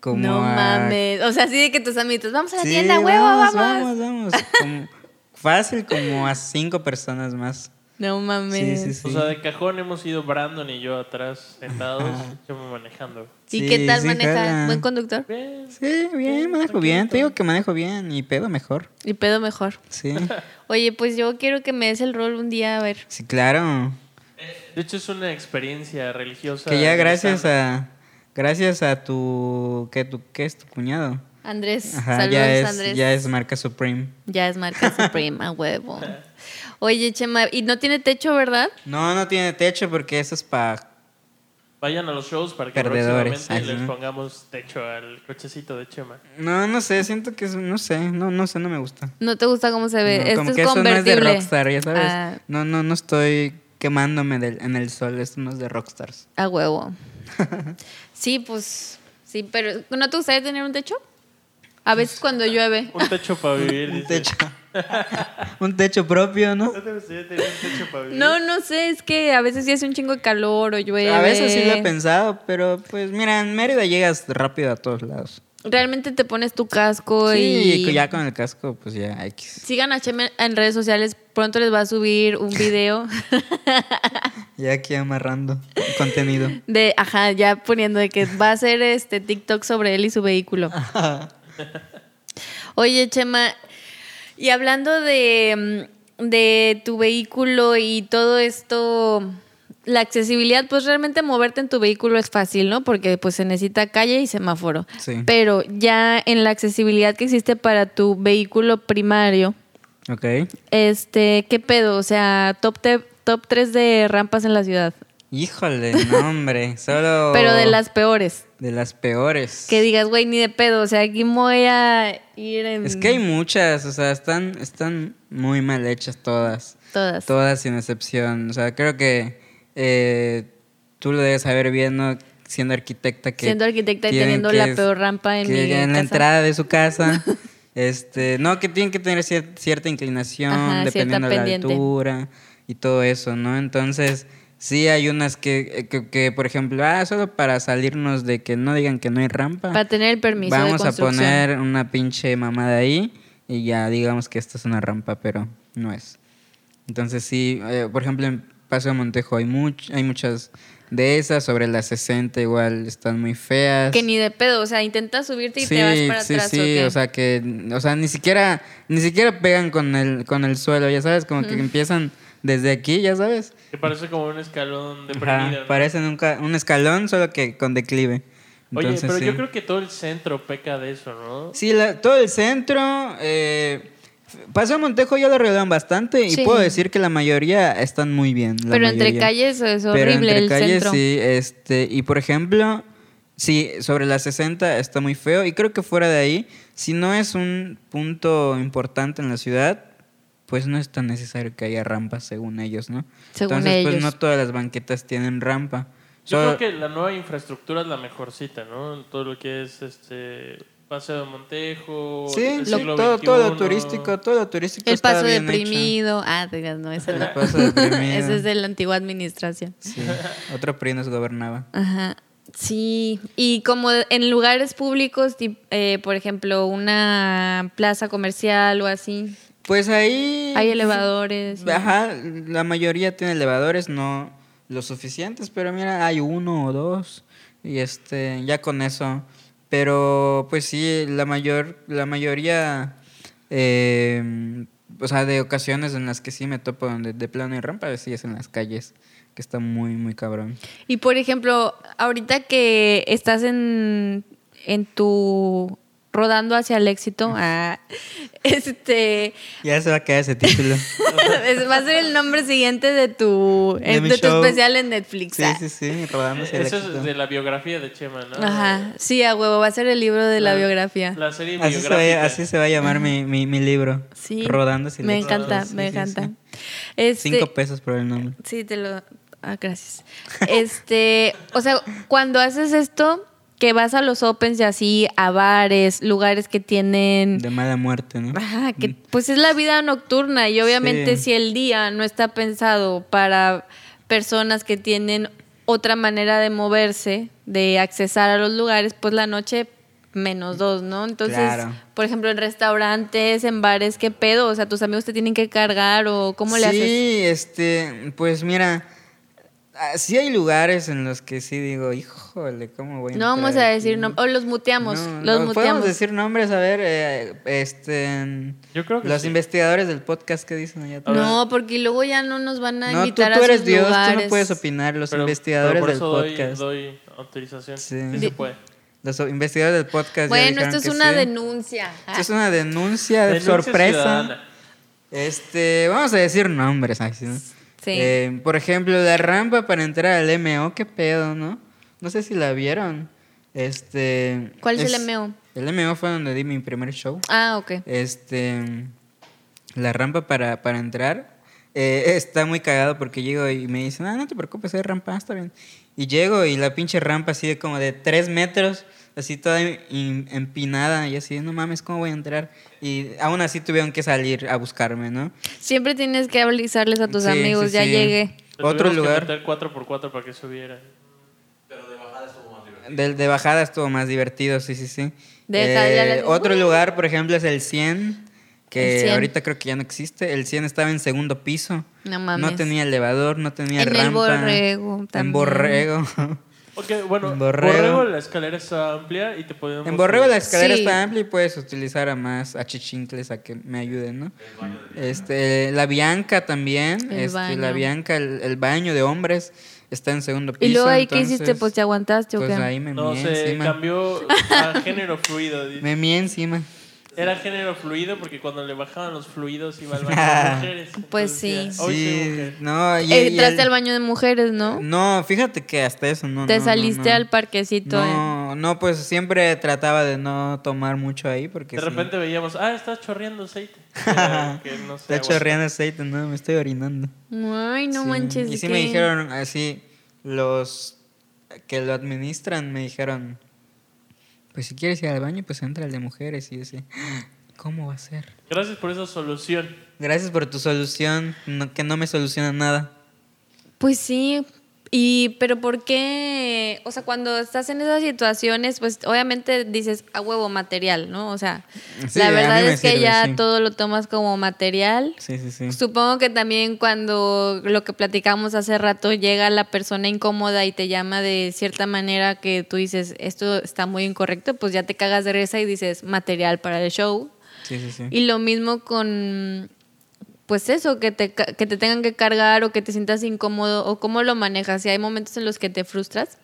S2: como
S1: no
S2: a-
S1: mames. O sea, así de que tus amiguitos, vamos a la
S2: Sí,
S1: tienda, huevo, vamos.
S2: Vamos, vamos. Como- fácil, como a cinco personas más.
S1: No
S2: Sí,
S1: mames.
S2: sí, sí.
S3: O sea, de cajón hemos ido Brandon y yo atrás, sentados, Chema manejando.
S1: ¿Y
S2: Sí,
S1: qué tal
S2: sí,
S1: maneja?
S2: jala.
S1: ¿Buen conductor?
S3: Bien.
S2: Sí, bien, manejo bien. Te digo que manejo bien y pedo mejor.
S1: Y pedo mejor.
S2: Sí,
S1: Oye, pues yo quiero que me des el rol un día, a ver.
S2: sí, claro.
S3: De hecho, es una experiencia religiosa.
S2: Que ya gracias a gracias a tu que tu que es tu cuñado.
S1: Andrés,
S2: Ajá,
S1: saludos,
S2: ya es
S1: Andrés.
S2: ya es marca Supreme.
S1: Ya es marca suprema, huevo. Oye, Chema, y no tiene techo, ¿verdad?
S2: No, no tiene techo porque eso es para
S3: Vayan a los shows para que
S2: Perdedores,
S3: próximamente
S2: ajá.
S3: les pongamos techo al cochecito de Chema.
S2: No, no sé, siento que es no sé, no no sé, no me gusta.
S1: No te gusta cómo se ve.
S2: No,
S1: Esto
S2: como
S1: es
S2: que eso no es
S1: convertible.
S2: de rockstar, ya sabes.
S1: Ah,
S2: No, no, no estoy quemándome del- en el sol, esto no es de rockstars.
S1: a huevo. sí, pues. Sí, pero ¿no te gustaría tener un techo? A
S2: Pues,
S1: veces cuando llueve.
S3: Un techo para vivir.
S2: Un
S3: dice.
S2: techo. un techo propio, ¿no?
S3: ¿No te gustaría tener un techo para vivir?
S1: No, no sé, es que a veces sí hace un chingo de calor o llueve.
S2: A veces sí lo
S1: eh.
S2: he pensado, pero pues mira, en Mérida llegas rápido a todos lados.
S1: Realmente te pones tu casco
S2: Sí,
S1: y.
S2: ya con el casco, pues ya X.
S1: Sigan a Chema en redes sociales, pronto les va a subir un video
S2: Ya aquí amarrando contenido.
S1: de, ajá, ya poniendo de que va a ser este TikTok sobre él y su vehículo. Oye, Chema, y hablando de, mm, de tu vehículo y todo esto, la accesibilidad, pues realmente moverte en tu vehículo es fácil, ¿no? Porque pues se necesita calle y semáforo.
S2: Sí.
S1: Pero ya en la accesibilidad que existe para tu vehículo primario,
S2: Ok.
S1: este, ¿qué pedo? O sea, top, te- top 3 de rampas en la ciudad,
S2: Híjole, no, hombre. Solo.
S1: pero de las peores.
S2: De las peores.
S1: Que digas, güey, ni de pedo, o sea, aquí me voy a ir en
S2: Es que hay muchas, o sea, están, están muy mal hechas todas.
S1: todas.
S2: Todas sin excepción. O sea, creo que eh, tú lo debes saber bien, ¿no? Siendo arquitecta que.
S1: Siendo arquitecta y
S2: tienen
S1: teniendo
S2: que
S1: la
S2: es-
S1: peor rampa en
S2: que
S1: mi
S2: en la
S1: casa.
S2: entrada de su casa. este, no, que tienen que tener cier- cierta inclinación,
S1: Ajá, cierta
S2: dependiendo de la
S1: pendiente.
S2: altura y todo eso, ¿no? Entonces, sí hay unas que, eh, que, que, por ejemplo, ah, solo para salirnos de que no digan que no hay rampa,
S1: Para tener el permiso de
S2: vamos a
S1: construcción.
S2: poner una pinche mamada ahí y ya digamos que esta es una rampa, pero no es. Entonces, sí, eh, por ejemplo, en Paso de Montejo hay, much- hay muchas de esas, sobre las 60 igual están muy feas
S1: Que ni de pedo, o sea, intentas subirte y te vas para
S2: sí,
S1: atrás.
S2: Sí,
S1: ¿o qué?
S2: o sea que, o sea, ni siquiera, ni siquiera pegan con el, con el suelo, ya sabes, como que empiezan desde aquí, ya sabes.
S3: Que parece como un escalón
S2: Ajá,
S3: deprimido. ¿no?
S2: parecen un, ca- un escalón, solo que con declive.
S3: Oye,
S2: Entonces,
S3: pero
S2: sí.
S3: yo creo que todo el centro peca de eso, ¿no?
S2: Sí, la- todo el centro, eh, Paso de Montejo ya lo arreglaron bastante y
S1: Sí.
S2: puedo decir que la mayoría están muy bien. la
S1: Pero entre
S2: mayoría.
S1: calles es
S2: Pero
S1: horrible
S2: entre
S1: el
S2: calles,
S1: centro.
S2: sí, este, y por ejemplo, sí, sobre las 60 está muy feo y creo que fuera de ahí, si no es un punto importante en la ciudad, pues no es tan necesario que haya rampas según ellos, ¿no?
S1: Según
S2: Entonces, pues
S1: ellos.
S2: no todas las banquetas tienen rampa.
S3: Yo
S2: Solo-
S3: creo que la nueva infraestructura es la mejorcita, ¿no? En Todo lo que es este Paseo de Montejo,
S2: sí,
S3: el
S2: lo-
S3: siglo Eh,
S2: todo, todo lo
S3: XXI.
S2: turístico, todo lo turístico
S1: el
S2: está
S1: paso
S2: bien hecho.
S1: deprimido. Ah, te digas, no, ese
S2: El
S1: no.
S2: paso deprimido.
S1: Ese es de la antigua administración.
S2: Sí, otro PRI nos gobernaba.
S1: Ajá. Sí, y como en lugares públicos, tip- eh, por ejemplo, una plaza comercial o así,
S2: Pues ahí...
S1: hay elevadores. ¿no?
S2: Ajá, la mayoría tiene elevadores, no los suficientes, pero mira, hay uno o dos. Y este, ya con eso. Pero pues sí, la mayor, la mayoría, eh, o sea, de ocasiones en las que sí me topo donde de plano y rampa, sí es en las calles, que está muy, muy cabrón.
S1: Y por ejemplo, ahorita que estás en, en tu rodando hacia el éxito, ah, este
S2: Ya se va a quedar ese título.
S1: es- va a ser el nombre siguiente de tu
S2: De
S1: eh,
S2: mi
S1: de tu
S2: show.
S1: especial en Netflix.
S2: sí,
S1: ah.
S2: sí, sí, rodándose el
S3: Eso es
S2: éxito.
S3: de la biografía de Chema, ¿no?
S1: Ajá, sí, a huevo, va a ser el libro de la
S3: Ah.
S1: biografía.
S3: La serie
S2: Así se, va,
S3: biográfica.
S2: a- así se va a llamar mi, mi, mi libro.
S1: Sí.
S2: Rodándose el
S1: me
S2: éxito.
S1: encanta,
S2: Sí,
S1: me
S2: sí,
S1: encanta.
S2: sí.
S1: Este,
S2: Cinco pesos por el nombre.
S1: Sí, te lo. Ah, gracias. Este, o sea, cuando haces esto, que vas a los opens y así, a bares, lugares que tienen.
S2: De mala muerte, ¿no?
S1: mm. Ajá, que pues es la vida nocturna y obviamente
S2: Sí.
S1: si el día no está pensado para personas que tienen otra manera de moverse, de accesar a los lugares, pues la noche menos dos, ¿no? Entonces,
S2: Claro.
S1: por ejemplo, en restaurantes, en bares, ¿qué pedo? O sea, tus amigos te tienen que cargar o cómo le
S2: sí,
S1: haces.
S2: este, pues mira, ah, sí hay lugares en los que sí digo, híjole, ¿cómo voy a
S1: No
S2: entrar
S1: vamos a
S2: aquí?"
S1: decir, no, o los muteamos,
S2: No,
S1: los
S2: no,
S1: muteamos.
S2: Podemos decir nombres, a ver, eh, este,
S3: Yo creo que
S2: los
S3: sí.
S2: investigadores del podcast que dicen allá atrás.
S1: No, porque luego ya no nos van a
S2: No, tú,
S1: invitar
S2: tú
S1: a
S2: eres
S1: sus
S2: Dios, tú
S1: lugares.
S2: no puedes opinar, los
S3: Pero-
S2: investigadores
S3: pero por
S2: del
S3: eso doy-
S2: podcast.
S3: Doy, autorización.
S2: Sí.
S3: Sí.
S2: Di-
S3: se puede.
S2: Los investigadores del podcast. ya
S1: Bueno,
S2: dijeron
S1: esto es
S2: que
S1: una
S2: sí.
S1: denuncia. Ah,
S2: Esto es una denuncia de
S3: Denuncia
S2: sorpresa.
S3: ciudadana.
S2: Este, vamos a decir nombres. ay, sí, ¿no?
S1: Sí.
S2: Eh, por ejemplo, la rampa para entrar al MO, qué pedo, ¿no? No sé si la vieron. Este.
S1: ¿Cuál es el MO?
S2: El MO fue donde di mi primer show.
S1: Ah, ok.
S2: Este. La rampa para, para entrar. eh, está muy cagado porque llego y me dicen, ah, no te preocupes, hay rampa, ah, está bien. Y llego y la pinche rampa así de como de tres metros, así toda em- empinada y así, no mames, ¿cómo voy a entrar? Y aún así tuvieron que salir a buscarme, ¿no?
S1: Siempre tienes que avisarles a tus
S2: Sí,
S1: amigos,
S2: sí,
S1: ya
S2: sí.
S1: llegué.
S3: Le
S2: Otro
S3: tuvimos
S2: lugar
S3: que meter 4x4 para que subiera.
S2: de, de bajada estuvo más divertido, sí, sí, sí.
S1: Deja de ir a la-
S2: otro lugar, por ejemplo, es el 100, que
S1: El 100.
S2: ahorita creo que ya no existe. El 100 estaba en segundo piso.
S1: No mames.
S2: No tenía elevador, no tenía
S1: En el
S2: rampa.
S1: Borrego también.
S2: En Borrego.
S3: Ok, bueno,
S2: En
S3: Borrego.
S2: Borrego.
S3: la escalera está amplia y te podemos...
S2: en Borrego la escalera
S1: Sí.
S2: está amplia y puedes utilizar a más achichincles a que me ayuden, ¿no? Este, la Bianca también.
S1: El
S2: este, la
S1: baño.
S2: Bianca, el, el baño de hombres está en segundo piso.
S1: Y luego ahí, ¿qué
S2: entonces,
S1: hiciste? Pues te aguantaste o
S2: pues
S1: qué.
S2: ahí me
S3: No,
S2: mié
S3: se
S2: encima.
S3: cambió a género fluido. dice.
S2: Me mié encima.
S3: Era género fluido porque cuando le bajaban los fluidos iba al baño de mujeres.
S1: Pues
S3: Entonces,
S1: sí.
S3: ya, Hoy soy
S2: Sí,
S3: mujer.
S2: no, pues, y,
S1: Eh,
S2: y
S1: Entraste
S2: el-
S1: al baño de mujeres, ¿no?
S2: No, fíjate que hasta eso no.
S1: te
S2: no, no,
S1: saliste
S2: no.
S1: al parquecito. eh.
S2: No, no, pues siempre trataba de no tomar mucho ahí porque
S3: De
S2: sí,
S3: repente veíamos, ah, está chorreando aceite. Era que no se
S2: está
S3: aguanta.
S2: chorreando aceite, no, me estoy orinando.
S1: Ay, no
S2: Sí,
S1: manches.
S2: Y sí
S1: ¿qué?
S2: me dijeron así, los que lo administran me dijeron, pues si quieres ir al baño, pues entra el de mujeres. Y yo así, ¿cómo va a ser?
S3: Gracias por esa solución.
S2: Gracias por tu solución, no- que no me soluciona nada.
S1: Pues sí. Y, pero ¿por qué? O sea, cuando estás en esas situaciones, pues obviamente dices a huevo material, ¿no? O sea,
S2: Sí, a
S1: la
S2: mí
S1: verdad
S2: me
S1: es que
S2: sirve,
S1: ya
S2: sí.
S1: todo lo tomas como material.
S2: Sí, sí, sí.
S1: Supongo que también cuando lo que platicamos hace rato llega la persona incómoda y te llama de cierta manera que tú dices, esto está muy incorrecto, pues ya te cagas de risa y dices, material para el show.
S2: Sí, sí, sí.
S1: Y lo mismo con, pues eso, que te, ca- que te tengan que cargar o que te sientas incómodo o cómo lo manejas. Si hay momentos en los que te frustras.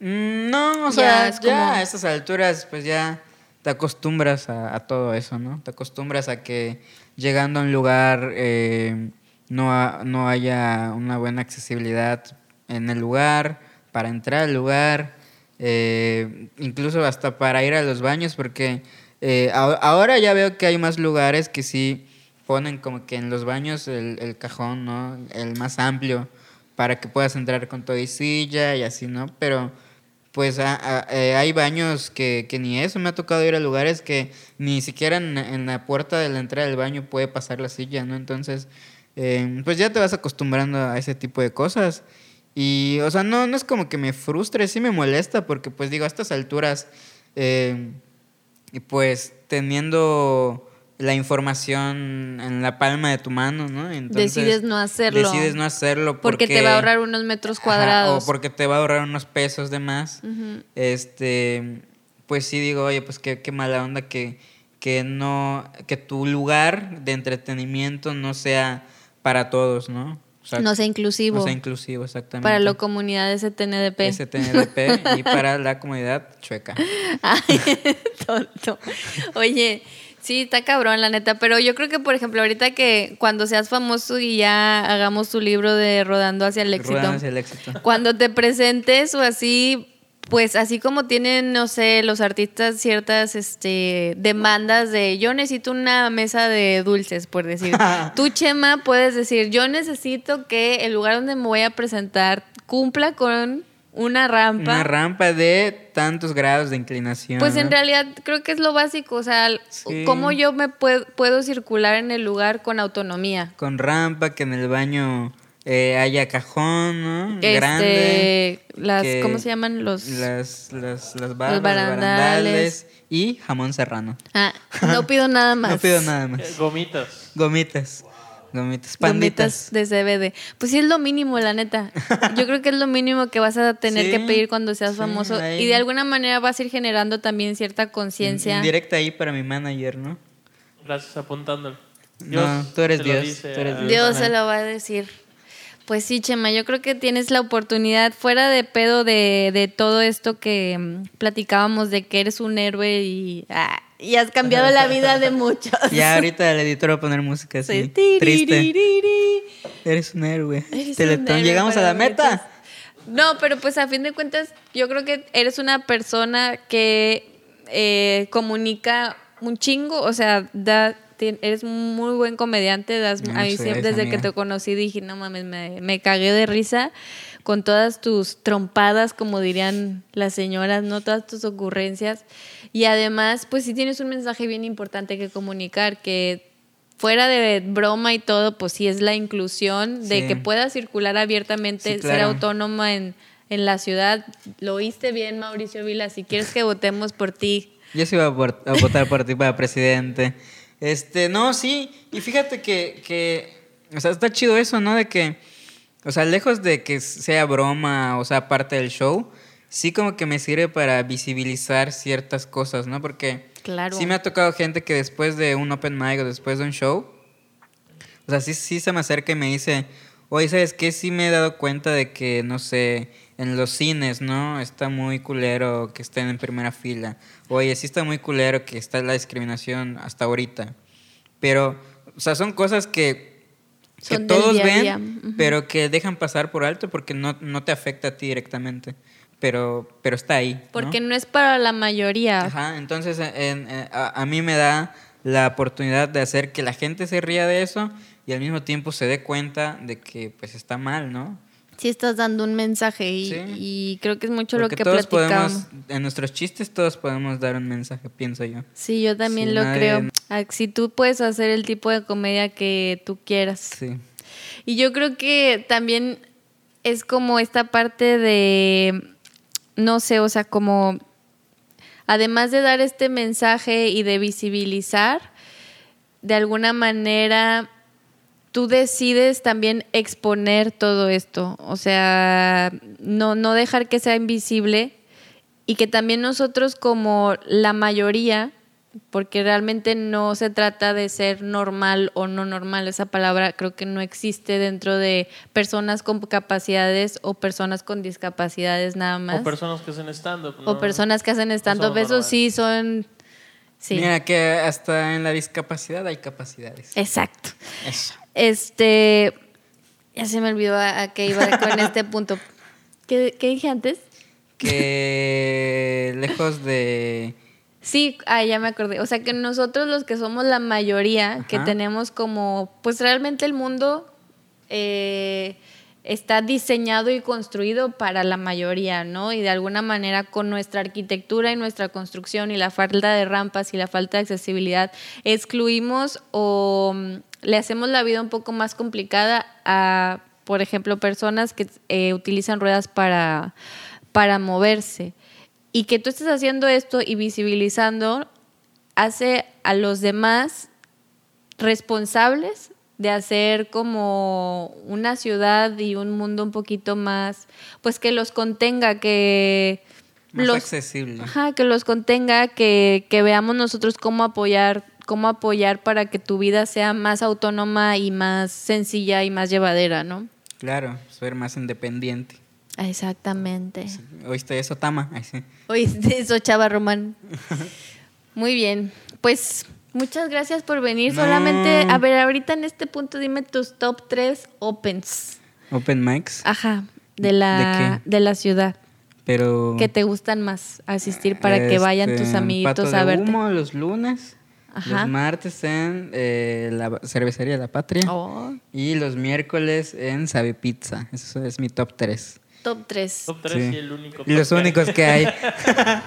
S2: Mm, No, o
S1: Ya,
S2: sea,
S1: es
S2: ya,
S1: como-
S2: a estas alturas, pues ya te acostumbras a, a todo eso, ¿no? Te acostumbras a que llegando a un lugar eh, no, ha- no haya una buena accesibilidad en el lugar, para entrar al lugar, eh, incluso hasta para ir a los baños, porque eh, a- ahora ya veo que hay más lugares que sí ponen como que en los baños el, el cajón, ¿no? El más amplio, para que puedas entrar con todo y silla y así, ¿no? Pero pues a- a- eh, hay baños que, que ni eso, me ha tocado ir a lugares que ni siquiera en, en la puerta de la entrada del baño puede pasar la silla, ¿no? Entonces, eh, pues ya te vas acostumbrando a ese tipo de cosas. Y, o sea, no, no es como que me frustre, sí me molesta, porque pues digo, a estas alturas... eh, y pues teniendo la información en la palma de tu mano, ¿no? Entonces,
S1: Decides no hacerlo.
S2: Decides no hacerlo
S1: porque,
S2: porque,
S1: te va a ahorrar unos metros
S2: Ajá,
S1: cuadrados.
S2: o porque te va a ahorrar unos pesos de más.
S1: Ujú.
S2: Este, pues sí digo, oye, pues qué, qué mala onda que, que no, que tu lugar de entretenimiento no sea para todos, ¿no? O sea,
S1: no sea inclusivo.
S2: no sea inclusivo, exactamente.
S1: para la comunidad de STNDP.
S2: STNDP y para la comunidad chueca.
S1: Ay, tonto. Oye, sí, está cabrón, la neta. Pero yo creo que, por ejemplo, ahorita que cuando seas famoso y ya hagamos tu libro de Rodando hacia el éxito,
S2: Rodando hacia el éxito.
S1: cuando te presentes o así, pues así como tienen, no sé, los artistas ciertas este, demandas de yo necesito una mesa de dulces, por decir. Tú, Chema, puedes decir, yo necesito que el lugar donde me voy a presentar cumpla con una rampa.
S2: Una rampa de tantos grados de inclinación.
S1: Pues en
S2: ¿no?
S1: realidad creo que es lo básico, o sea, l-
S2: Sí.
S1: cómo yo me puedo, puedo circular en el lugar con autonomía.
S2: Con rampa, que en el baño eh, haya cajón, ¿no?
S1: Este,
S2: Grande.
S1: las-
S2: que
S1: ¿cómo se llaman los-
S2: Las, las, las barras,
S1: barandales.
S2: los barandales. y jamón serrano.
S1: Ah, no pido nada más.
S2: No pido nada
S3: Eh,
S2: más.
S3: Gomitas.
S2: Gomitas. Gomitas.
S1: Gomitas
S2: Panditas.
S1: de CBD. Pues sí es lo mínimo, la neta. Yo creo que es lo mínimo que vas a tener
S2: Sí,
S1: que pedir cuando seas
S2: sí,
S1: famoso
S2: ahí.
S1: y de alguna manera vas a ir generando también cierta conciencia.
S2: Mm, Directa ahí para mi manager, ¿no?
S3: Gracias apuntándolo.
S2: No, tú eres
S3: te lo
S2: Dios,
S3: dice
S2: tú eres
S3: a-
S2: Dios.
S1: Dios se lo va a decir. Pues sí, Chema, yo creo que tienes la oportunidad, fuera de pedo de, de todo esto que mm, platicábamos, de que eres un héroe y, ah, y has cambiado la vida de muchos.
S2: Ya ahorita el editor va a poner música
S1: Sí.
S2: así. Triste.
S1: Tiririri.
S2: Eres un héroe.
S1: Eres
S2: Teletón,
S1: un héroe
S2: llegamos a
S1: para
S2: la meta.
S1: muchos. No, pero pues a fin de cuentas, yo creo que eres una persona que eh, comunica un chingo, o sea, da, ti- eres un muy buen comediante. Das, a mí
S2: Muchas
S1: siempre,
S2: gracias,
S1: desde que
S2: amiga.
S1: te conocí dije, no mames, me, me cagué de risa con todas tus trompadas, como dirían las señoras, no todas tus ocurrencias. Y además, pues sí tienes un mensaje bien importante que comunicar, que fuera de broma y todo, pues sí es la inclusión de
S2: Sí.
S1: que pueda circular abiertamente,
S2: Sí, claro.
S1: ser autónoma en, en la ciudad. Lo oíste bien, Mauricio Vila, si quieres que votemos por ti.
S2: Yo sí iba a, vor- a votar por ti para presidente. Este, no, sí. Y fíjate que, que, o sea, está chido eso, ¿no? De que, o sea, lejos de que sea broma o sea parte del show, sí como que me sirve para visibilizar ciertas cosas, ¿no? Porque
S1: Claro.
S2: sí me ha tocado gente que después de un open mic o después de un show, o sea, sí, sí se me acerca y me dice, oye, ¿sabes qué? Sí me he dado cuenta de que, no sé, en los cines, ¿no? Está muy culero que estén en primera fila. Oye, sí está muy culero que está la discriminación hasta ahorita. Pero, o sea, son cosas que, que
S1: Son del
S2: todos
S1: día a
S2: ven,
S1: día, ujú.
S2: pero que dejan pasar por alto porque no, no te afecta a ti directamente. Pero, pero está ahí. ¿no?
S1: Porque no, es para la mayoría.
S2: Ajá, entonces en- en- a, a mí me da la oportunidad de hacer que la gente se ría de eso y al mismo tiempo se dé cuenta de que pues está mal, ¿no?
S1: Sí estás dando un mensaje y,
S2: Sí.
S1: y creo que es mucho lo
S2: Porque
S1: que
S2: todos
S1: platicamos.
S2: podemos, en nuestros chistes todos podemos dar un mensaje, pienso yo.
S1: Sí, yo también
S2: Sí,
S1: lo
S2: nadie-
S1: creo. Ah, Si tú puedes hacer el tipo de comedia que tú quieras.
S2: Sí.
S1: Y yo creo que también es como esta parte de, no sé, o sea, como, además de dar este mensaje y de visibilizar, de alguna manera tú decides también exponer todo esto, o sea, no, no dejar que sea invisible y que también nosotros como la mayoría, porque realmente no se trata de ser normal o no normal, esa palabra creo que no existe dentro de personas con capacidades o personas con discapacidades nada más.
S3: O personas que hacen stand-up.
S1: O
S3: ¿no?
S1: personas que hacen stand-up,
S3: son
S1: eso sí son... Sí,
S2: Mira que hasta en la discapacidad hay
S1: Eh.
S2: capacidades.
S1: exacto.
S2: Eso.
S1: Este. Ya se me olvidó a, a qué iba con este punto. ¿Qué, qué dije antes?
S2: Que lejos de...
S1: Sí, ah, ya me acordé. O sea que nosotros los que somos la mayoría, que
S2: Ajá.
S1: tenemos como, pues realmente el mundo eh, está diseñado y construido para la mayoría, ¿no? Y de alguna manera con nuestra arquitectura y nuestra construcción y la falta de rampas y la falta de accesibilidad, excluimos o mm, le hacemos la vida un poco más complicada a, por ejemplo, personas que eh, utilizan ruedas para, para moverse y que tú estés haciendo esto y visibilizando hace a los demás responsables de hacer como una ciudad y un mundo un poquito más, pues que los contenga, que
S2: Más
S1: los,
S2: accesible.
S1: ajá, que los contenga, que, que veamos nosotros cómo apoyar, cómo apoyar para que tu vida sea más autónoma y más sencilla y más llevadera, ¿no?
S2: Claro, ser más independiente.
S1: Exactamente.
S2: ¿Oíste eso, Tama? Ay, sí.
S1: Oíste eso, Chava Román. Muy bien. Pues muchas gracias por venir.
S2: No.
S1: Solamente, a ver, ahorita en este punto dime tus top 3 opens.
S2: Open mics.
S1: Ajá. De la,
S2: ¿De
S1: ¿De la ciudad.
S2: Pero.
S1: Que te gustan más asistir para que vayan tus
S2: Este,
S1: amiguitos
S2: Pato
S1: a
S2: de
S1: verte.
S2: Humo los lunes.
S1: Ajá.
S2: Los martes en eh, la cervecería La Patria.
S1: Oh,
S2: Y los miércoles en Sabe Pizza. Eso es mi top 3.
S1: top 3.
S3: Top 3 y el único.
S2: Y los
S3: podcast.
S2: únicos que hay.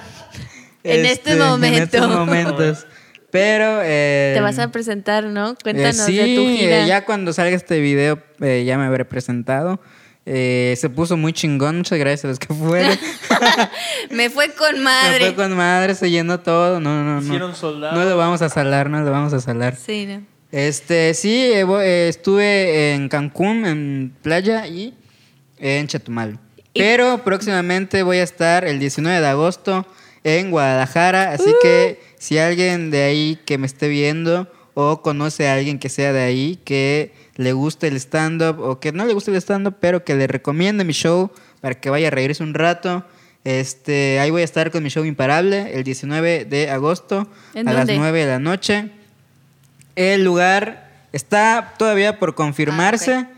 S1: En este
S2: En estos
S1: momento.
S2: momentos. Pero. eh,
S1: Te vas a presentar, ¿no? Cuéntanos
S2: eh, sí,
S1: de tu gira.
S2: eh, ya cuando salga este video eh, ya me habré presentado. Eh, se puso muy chingón, muchas gracias a los que fueron.
S1: Me fue con
S2: Me
S1: madre.
S2: fue con madre, se llenó todo. No, no, no.
S3: Hicieron soldados.
S2: No lo vamos a salar, no lo vamos a salar.
S1: Sí, ¿no?
S2: Este, sí, eh, vo- eh, estuve en Cancún, en Playa y en Chetumal.
S1: Y-
S2: Pero próximamente voy a estar el 19 de agosto en Guadalajara, así
S1: Uh.
S2: que si alguien de ahí que me esté viendo o conoce a alguien que sea de ahí que le guste el stand-up o que no le guste el stand-up, pero que le recomiende mi show para que vaya a reírse un rato. Este, ahí voy a estar con mi show Imparable el 19 de agosto a
S1: ¿En
S2: las
S1: dónde?
S2: 9 de la noche. El lugar está todavía por confirmarse,
S1: Ah,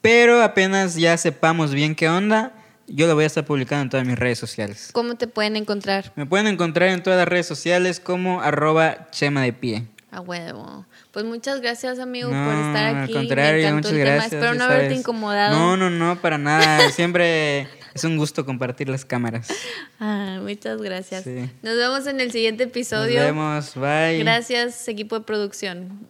S2: pero apenas ya sepamos bien qué onda, yo lo voy a estar publicando en todas mis redes sociales.
S1: ¿Cómo te pueden encontrar?
S2: Me pueden encontrar en todas las redes sociales como arroba chema de pie.
S1: A huevo. Pues muchas gracias, amigo,
S2: No,
S1: por estar aquí.
S2: Al contrario,
S1: Me encantó
S2: muchas
S1: el
S2: gracias.
S1: tema. Espero
S2: ya
S1: no haberte
S2: sabes.
S1: incomodado.
S2: No, no, no, para nada. Siempre es un gusto compartir las cámaras.
S1: Ah, muchas gracias.
S2: Sí.
S1: Nos vemos en el siguiente
S2: Nos
S1: episodio.
S2: vemos, bye.
S1: Gracias, equipo de producción.